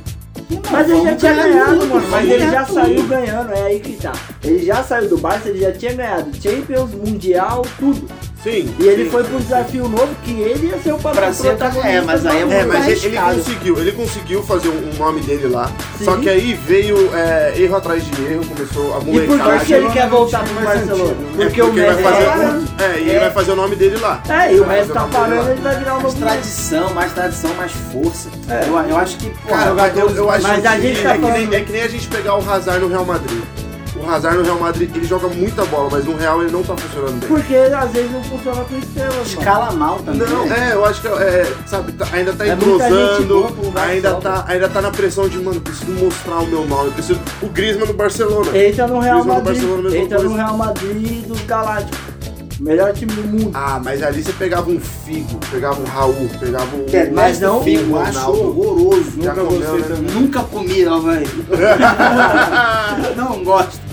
Speaker 5: Irmão,
Speaker 2: Mas ele já
Speaker 5: vamos
Speaker 2: tinha
Speaker 5: ganhar
Speaker 2: ganhado,
Speaker 5: tudo,
Speaker 2: mano. Mas
Speaker 5: vamos
Speaker 2: ele
Speaker 5: ganhar
Speaker 2: já
Speaker 5: tudo.
Speaker 2: saiu ganhando, é aí que tá. Ele já saiu do Barça, ele já tinha ganhado Champions, Mundial, tudo.
Speaker 1: Sim.
Speaker 2: E ele
Speaker 1: sim.
Speaker 2: foi pra um desafio novo que ele ia ser o
Speaker 5: Pra ser
Speaker 2: protagonista.
Speaker 5: é, mas aí é
Speaker 2: do
Speaker 1: É,
Speaker 5: muito
Speaker 1: mas
Speaker 5: mais
Speaker 1: ele, ele
Speaker 5: arriscado.
Speaker 1: conseguiu, ele conseguiu fazer um, um nome dele lá.
Speaker 2: Sim.
Speaker 1: Só que aí veio é, erro atrás de erro, começou a
Speaker 2: E por
Speaker 1: molecada.
Speaker 2: que que ele quer voltar
Speaker 7: time
Speaker 2: pro
Speaker 7: mais
Speaker 2: Barcelona?
Speaker 7: antigo,
Speaker 1: É
Speaker 2: Porque o
Speaker 1: vai
Speaker 2: Messi tá
Speaker 1: fazer
Speaker 2: parando.
Speaker 1: o- é, e ele vai fazer o nome dele lá.
Speaker 2: É, e o
Speaker 1: Vai fazer
Speaker 2: Messi tá
Speaker 1: nome dele lá.
Speaker 2: parando, ele vai virar uma
Speaker 5: Mais
Speaker 2: bomba.
Speaker 5: tradição, mais tradição, mais força. Eu, eu acho que, pô,
Speaker 1: Cara, mas eu, eu acho
Speaker 2: Mas a
Speaker 1: que
Speaker 2: gente tá
Speaker 1: é, que nem,
Speaker 2: falando-
Speaker 1: é que nem a gente pegar o Hazard no Real Madrid. O o Hazard no Real Madrid, ele joga muita bola, mas no Real ele não tá funcionando bem.
Speaker 2: Porque às vezes não funciona com estrelas, mano.
Speaker 5: Escala mal também. né?
Speaker 1: Não, é, eu acho que, é, sabe, tá- ainda tá
Speaker 5: É muita gente boa
Speaker 1: entrosando,
Speaker 5: pro lugar
Speaker 1: ainda
Speaker 5: só,
Speaker 1: tá, ainda tá na pressão de, mano, preciso mostrar o meu nome, preciso... O Griezmann no Barcelona.
Speaker 5: É.
Speaker 2: Entra no Real
Speaker 1: Griezmann no
Speaker 2: Madrid.
Speaker 1: Barcelona, mesma
Speaker 2: Entra no
Speaker 1: coisa.
Speaker 2: Real Madrid dos Galácticos. Melhor time do mundo.
Speaker 1: Ah, mas ali você pegava um Figo, pegava um Raul, pegava um...
Speaker 5: É, mas não,
Speaker 1: Figo,
Speaker 5: eu acho
Speaker 1: Ronaldo.
Speaker 5: horroroso.
Speaker 1: Já
Speaker 5: Nunca
Speaker 1: comeu,
Speaker 5: gostei
Speaker 1: né?
Speaker 5: também. Nunca comi, não, velho.
Speaker 1: Ah.
Speaker 5: não gosto.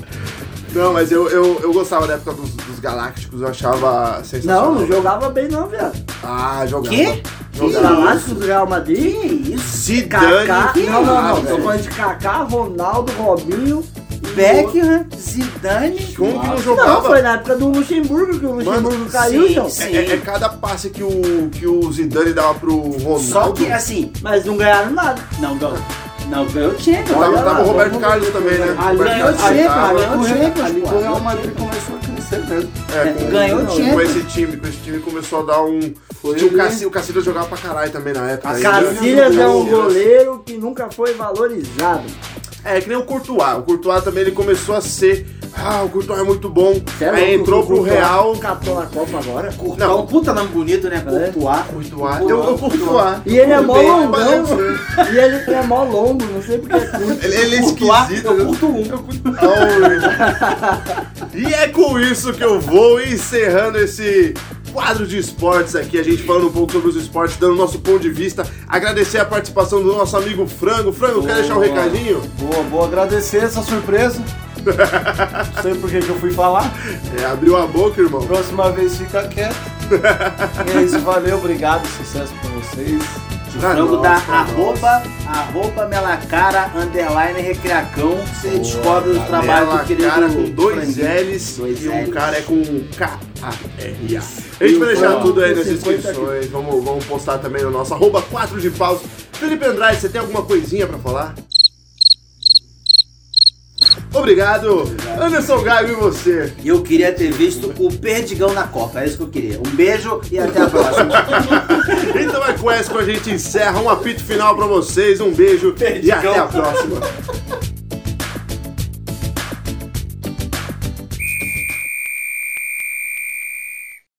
Speaker 1: Não, mas eu, eu, eu gostava da época dos, dos Galácticos, eu achava sensacional.
Speaker 2: não, não jogava bem não, viado.
Speaker 1: Ah, jogava.
Speaker 5: Quê?
Speaker 2: Os
Speaker 1: Jogava.
Speaker 2: Galácticos do Real Madrid? isso?
Speaker 1: Zidane.
Speaker 2: Kaká.
Speaker 1: que
Speaker 2: Não, não,
Speaker 1: lá,
Speaker 2: não. Tô
Speaker 1: velho.
Speaker 2: falando de Kaká, Ronaldo, Robinho. e outro.
Speaker 5: Beckham, Zidane.
Speaker 1: Como que não
Speaker 2: Não,
Speaker 1: jogava?
Speaker 2: foi na época do Luxemburgo que o Luxemburgo
Speaker 1: Mano,
Speaker 2: caiu,
Speaker 5: sim,
Speaker 2: João.
Speaker 1: É,
Speaker 5: sim.
Speaker 1: é- é cada passe que o, que o Zidane dava pro Ronaldo.
Speaker 5: Só que assim,
Speaker 2: Mas não ganharam nada.
Speaker 5: não ganhou. Não ganhou Champions.
Speaker 1: Tava,
Speaker 2: olha
Speaker 1: tava
Speaker 2: lá,
Speaker 1: o Roberto
Speaker 2: vamos-
Speaker 1: Carlos também, né? Roberto
Speaker 5: Ali ganhou
Speaker 1: Carlos tava,
Speaker 5: Champions, ganhou
Speaker 7: é um Ali
Speaker 5: Champions.
Speaker 7: que o Real
Speaker 5: pô.
Speaker 7: Madrid começou a crescer mesmo.
Speaker 1: é, com-
Speaker 5: né? ganhou
Speaker 1: com
Speaker 5: Champions.
Speaker 1: esse time, com esse time começou a dar um. tinha o,
Speaker 2: né?
Speaker 7: ele-
Speaker 1: Cassi, o Cacilhas jogava pra caralho também na época. né? ainda.
Speaker 2: Cacilhas é um
Speaker 1: Cacilhas.
Speaker 2: goleiro que nunca foi valorizado.
Speaker 1: É, que nem o Courtois. O Courtois também ele começou a ser. Ah, o Courtois é muito bom. Aí entrou pro
Speaker 2: É
Speaker 1: Real.
Speaker 2: Catou na Copa agora.
Speaker 5: Courtois,
Speaker 1: Não.
Speaker 5: um puta nome bonito, né?
Speaker 2: É.
Speaker 5: Courtois.
Speaker 1: Courtois. Eu vou Courtois.
Speaker 2: E ele é mó
Speaker 1: bem,
Speaker 2: longão.
Speaker 1: mas-
Speaker 2: E ele é mó longo, não sei porque é curto.
Speaker 1: Ele, ele é
Speaker 5: Courtois,
Speaker 1: esquisito.
Speaker 5: eu
Speaker 1: né?
Speaker 5: curto um.
Speaker 1: Então, E é com isso que eu vou encerrando esse quadro de esportes aqui, a gente falando um pouco sobre os esportes, dando nosso ponto de vista, agradecer a participação do nosso amigo Frango. Frango, quer deixar um
Speaker 7: Boa.
Speaker 1: recadinho?
Speaker 7: Boa, boa. Agradecer essa surpresa. Não sei por que que eu fui falar.
Speaker 1: É, abriu a boca, irmão.
Speaker 7: Próxima vez fica quieto. E é isso, valeu, obrigado, sucesso pra vocês.
Speaker 1: Ah,
Speaker 5: Frango
Speaker 1: nossa,
Speaker 5: da
Speaker 1: nossa.
Speaker 5: arroba, arroba melacara, underline recreacão. Você descobre os trabalhos
Speaker 1: Ela,
Speaker 5: do querido
Speaker 1: cara tá com dois
Speaker 5: franguinho.
Speaker 1: L's
Speaker 5: Dois
Speaker 1: e um
Speaker 5: L's.
Speaker 1: cara é com K-A-R-A. A gente vai deixar
Speaker 7: Frango
Speaker 1: tudo aí
Speaker 2: com
Speaker 1: nas
Speaker 2: 50
Speaker 1: inscrições, vamos, vamos postar também no nosso arroba 4 de paus. Felipe Andrade, você tem alguma coisinha pra falar? Obrigado. Anderson Gago e você.
Speaker 5: E eu queria ter visto o Perdigão na Copa, é isso que eu queria. Um beijo e até a próxima.
Speaker 1: Então é com essa que a gente encerra um apito final pra vocês. Um beijo e até a próxima.